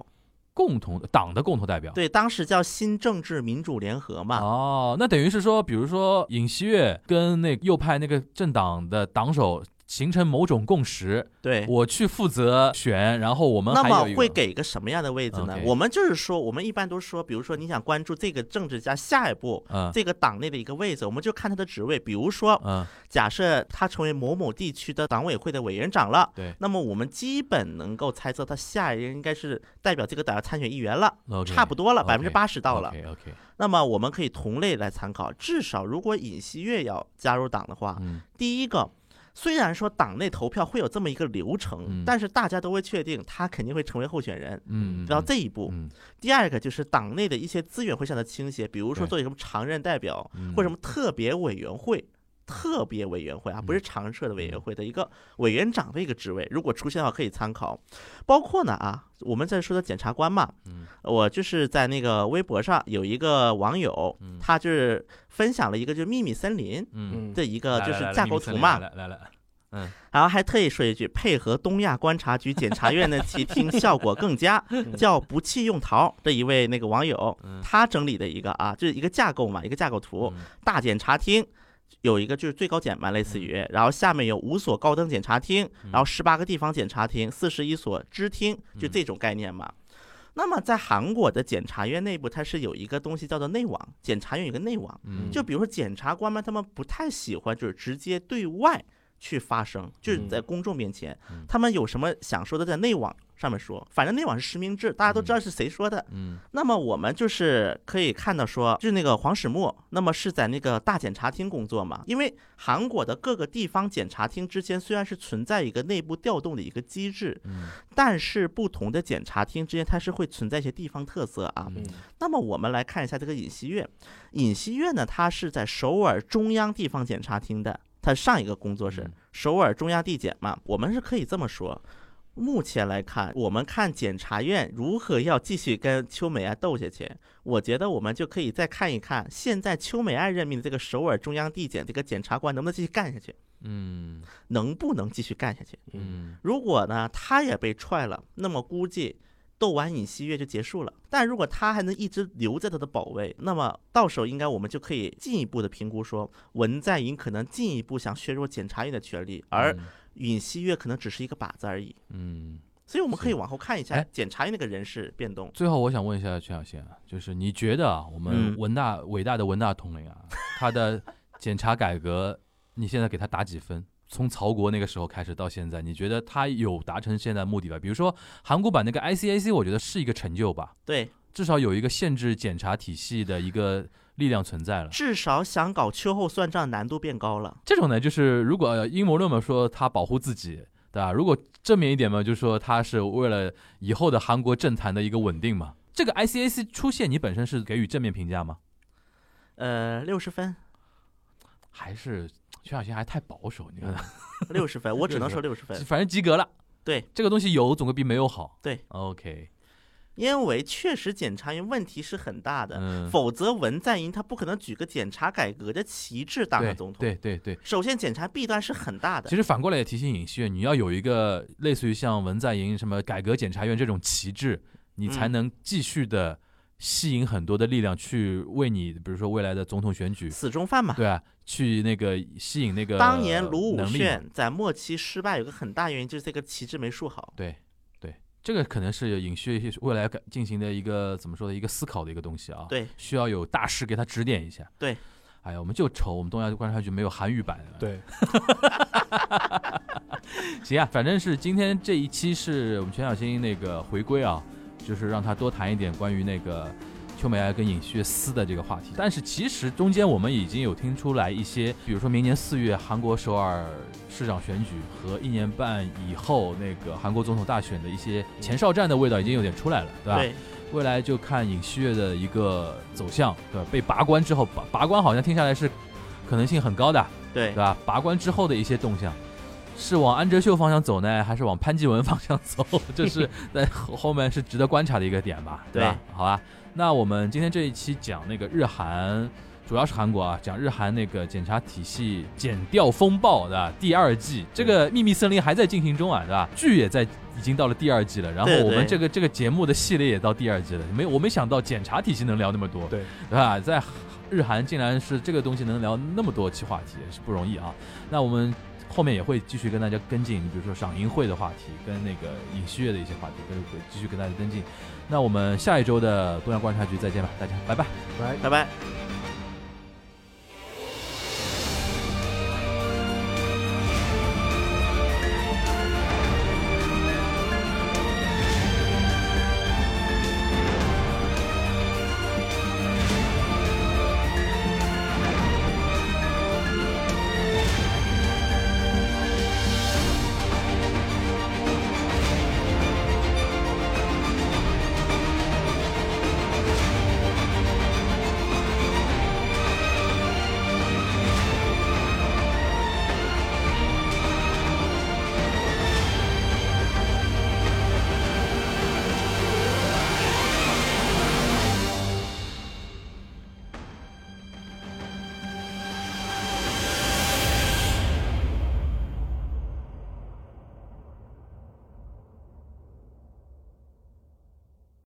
Speaker 2: 共同党的共同代表。
Speaker 3: 对，当时叫新政治民主联合嘛，
Speaker 2: 哦呃哦，那等于是说，比如说尹锡悦跟那个右派那个政党的党首形成某种共识，
Speaker 3: 对。
Speaker 2: 我去负责选，然后我们
Speaker 3: 那
Speaker 2: 还
Speaker 3: 么
Speaker 2: 有一个
Speaker 3: 会给一个什么样的位置呢
Speaker 2: OK？
Speaker 3: 我们就是说，我们一般都说，比如说你想关注这个政治家下一步
Speaker 2: 嗯
Speaker 3: 这个党内的一个位置，我们就看他的职位。比如说， (laughs)
Speaker 2: 嗯
Speaker 3: 假设他成为某某地区的党委会的委员长了，
Speaker 2: 对
Speaker 3: 那么我们基本能够猜测他下一任应该是代表这个党的参选议员了。
Speaker 2: ，OK，
Speaker 3: 差不多了，
Speaker 2: OK，
Speaker 3: 百分之八十到了。
Speaker 2: OK OK，
Speaker 3: 那么我们可以同类来参考。至少如果尹锡悦要加入党的话，
Speaker 2: 嗯
Speaker 3: 第一个，虽然说党内投票会有这么一个流
Speaker 2: 嗯
Speaker 3: 程，但是大家都会确定他肯定会成为候选人。
Speaker 2: 嗯，
Speaker 3: 到这一步，
Speaker 2: 嗯
Speaker 3: 第二个就是党内的一些资源会向他倾斜，比如说
Speaker 2: 对
Speaker 3: 做一个什么常任代表，
Speaker 2: 嗯
Speaker 3: 或者什么特别委员会、特别委员会啊，
Speaker 2: 嗯
Speaker 3: 不是常设的委员会的一个委员长的一个职位，如果出现的话可以参考。包括呢啊，我们在说的检察官嘛，
Speaker 2: 嗯
Speaker 3: 我就是在那个微博上有一个网友，他就是分享了一个就是秘密森林
Speaker 2: 嗯，
Speaker 1: 嗯，
Speaker 3: 的一个
Speaker 2: 来
Speaker 3: 呃就
Speaker 2: 来
Speaker 3: 是
Speaker 2: 来
Speaker 3: 架
Speaker 2: 秘
Speaker 3: 构
Speaker 2: 密森
Speaker 3: 图
Speaker 2: 林
Speaker 3: 嘛，
Speaker 2: 来来来，
Speaker 3: 然后还特意说一句，配合东亚观察局检察院的窃听效果更佳，叫不弃用逃这一位那个网友
Speaker 2: 嗯，
Speaker 3: 他整理的一个啊，就是一个架构嘛，一个架构图，大检察厅。有一个就是最高检嘛，类似于，然后下面有五所高等检察厅，然后十八个地方检察厅，四十一所支厅，就这种概念嘛。那么在韩国的检察院内部，它是有一个东西叫做内网，检察院有一个内网，
Speaker 2: 嗯
Speaker 3: 就比如说检察官们，他们不太喜欢就是直接对外去发声，就是
Speaker 1: 嗯
Speaker 3: 在公众面前
Speaker 2: 嗯，
Speaker 3: 他们有什么想说的，在内网上面说，反正内网是实名制，大家都知道是谁说的。
Speaker 2: 嗯
Speaker 3: 那么我们就是可以看到说，就是那个黄始墨，那么是在那个大检察厅工作嘛，因为韩国的各个地方检察厅之间虽然是存在一个内部调动的一个机制，
Speaker 2: 嗯
Speaker 3: 但是不同的检察厅之间它是会存在一些地方特色啊。
Speaker 2: 嗯
Speaker 3: 那么我们来看一下这个尹锡悦，尹锡悦呢，他是在首尔中央地方检察厅的，他上一个工作是
Speaker 2: 嗯
Speaker 3: 首尔中央地检嘛，我们是可以这么说。目前来看，我们看检察院如何要继续跟邱美爱斗下去，我觉得我们就可以再看一看，现在邱美爱任命的这个首尔中央地检这个检察官能不能继续干下去，
Speaker 2: 嗯
Speaker 3: 能不能继续干下去？
Speaker 2: 嗯
Speaker 3: 如果呢，他也被踹了，那么估计斗完尹锡悦就结束了。但如果他还能一直留在他的保卫，那么到时候应该我们就可以进一步的评估说，文在寅可能进一步想削弱检察院的权利，而尹锡悦可能只是一个靶子而已。
Speaker 2: 嗯。
Speaker 3: 所以我们可以
Speaker 2: 是
Speaker 3: 往后看一下
Speaker 2: 哎
Speaker 3: 检察院那个人事变动。
Speaker 2: 最后，我想问一下曲小仙啊，就是你觉得啊，我们
Speaker 3: 嗯
Speaker 2: 文大、伟大的文大统领啊，他的检察改革，你现在给他打几分？从曹国那个时候开始到现在，你觉得他有达成现在目的吧？比如说韩国版那个 ICAC，我觉得是一个成就吧，
Speaker 3: 对，
Speaker 2: 至少有一个限制检察体系的一个力量存在了。
Speaker 3: 至少想搞秋后算账难度变高了。
Speaker 2: 这种呢，就是如果呃阴谋论嘛，说他保护自己，对吧？如果正面一点嘛，就说他是为了以后的韩国政坛的一个稳定嘛。这个 ICAC 出现，你本身是给予正面评价吗？
Speaker 3: 呃，六十分，
Speaker 2: 还是徐小新还太保守？你看，
Speaker 3: 嗯六十分，我只能说六十
Speaker 2: (laughs)
Speaker 3: 分。
Speaker 2: 反正及格了。
Speaker 3: 对，
Speaker 2: 这个东西有总归比没有好。
Speaker 3: 对
Speaker 2: ，OK，
Speaker 3: 因为确实检察院问题是很大的，
Speaker 2: 嗯，
Speaker 3: 否则文在寅他不可能举个检察改革的旗帜当
Speaker 2: 对
Speaker 3: 上总统。
Speaker 2: 对对对。
Speaker 3: 首先，检察弊端是很大的
Speaker 2: 其。实反过来也提醒尹锡悦，你要有一个类似于像文在寅什么改革检察院这种旗帜，你才
Speaker 3: 嗯
Speaker 2: 能继续的吸引很多的力量去为你，比如说未来的总统选 (laughs) 举，
Speaker 3: 死忠犯嘛，
Speaker 2: 对啊，去那个吸引那个
Speaker 3: 当年卢武
Speaker 2: 能力嘛
Speaker 3: 铉在末期失败，有个很大原因就是这个旗帜没树好。
Speaker 2: 对对，这个可能是尹锡悦未来进行的一个怎么说的一个思考的一个东西啊。
Speaker 3: 对，
Speaker 2: 需要有大师给他指点一下。
Speaker 3: 对，
Speaker 2: 哎呀，我们就愁我们东亚观察局没有韩语版。，
Speaker 1: 对，
Speaker 2: 行啊，反正是今天这一期是我们全小新那个回归啊，就是让他多谈一点关于那个秋美爱跟尹旭撕的这个话题。但是其实中间我们已经有听出来一些，比如说明年四月韩国首尔市长选举和一年半以后那个韩国总统大选的一些前哨战的味道已经有点出来了，对吧？
Speaker 3: 对，
Speaker 2: 未来就看尹锡悦的一个走向，对吧？被拔关之后，拔拔关好像听下来是可能性很高的，啊
Speaker 3: 对
Speaker 2: 对，吧？拔关之后的一些动向，是往安哲秀方向走呢，还是往潘基文方向走？这 (laughs) 是在后后面是值得观察的一个点吧，对吧？好吧，那我们今天这一期讲那个日韩，主要是韩国啊，讲日韩那个检察体系检调风暴的第二季，这
Speaker 3: 嗯
Speaker 2: 个秘密森林还在进行中啊，对吧？剧也在已经到了第二季了，然后
Speaker 3: 对
Speaker 2: 我们
Speaker 3: 对
Speaker 2: 这个这个节目的系列也到第二季了，没有我没想到检察体系能聊那么多，
Speaker 1: 对
Speaker 2: 对吧？在日韩竟然是这个东西能聊那么多期话题，也是不容易啊。那我们后面也会继续跟大家跟进，比如说赏樱会的话题，跟那个影戏乐的一些话题，跟会继续跟大家跟进。那我们下一周的东阳观察局再见吧，大家拜拜。
Speaker 1: 来。
Speaker 3: 拜拜。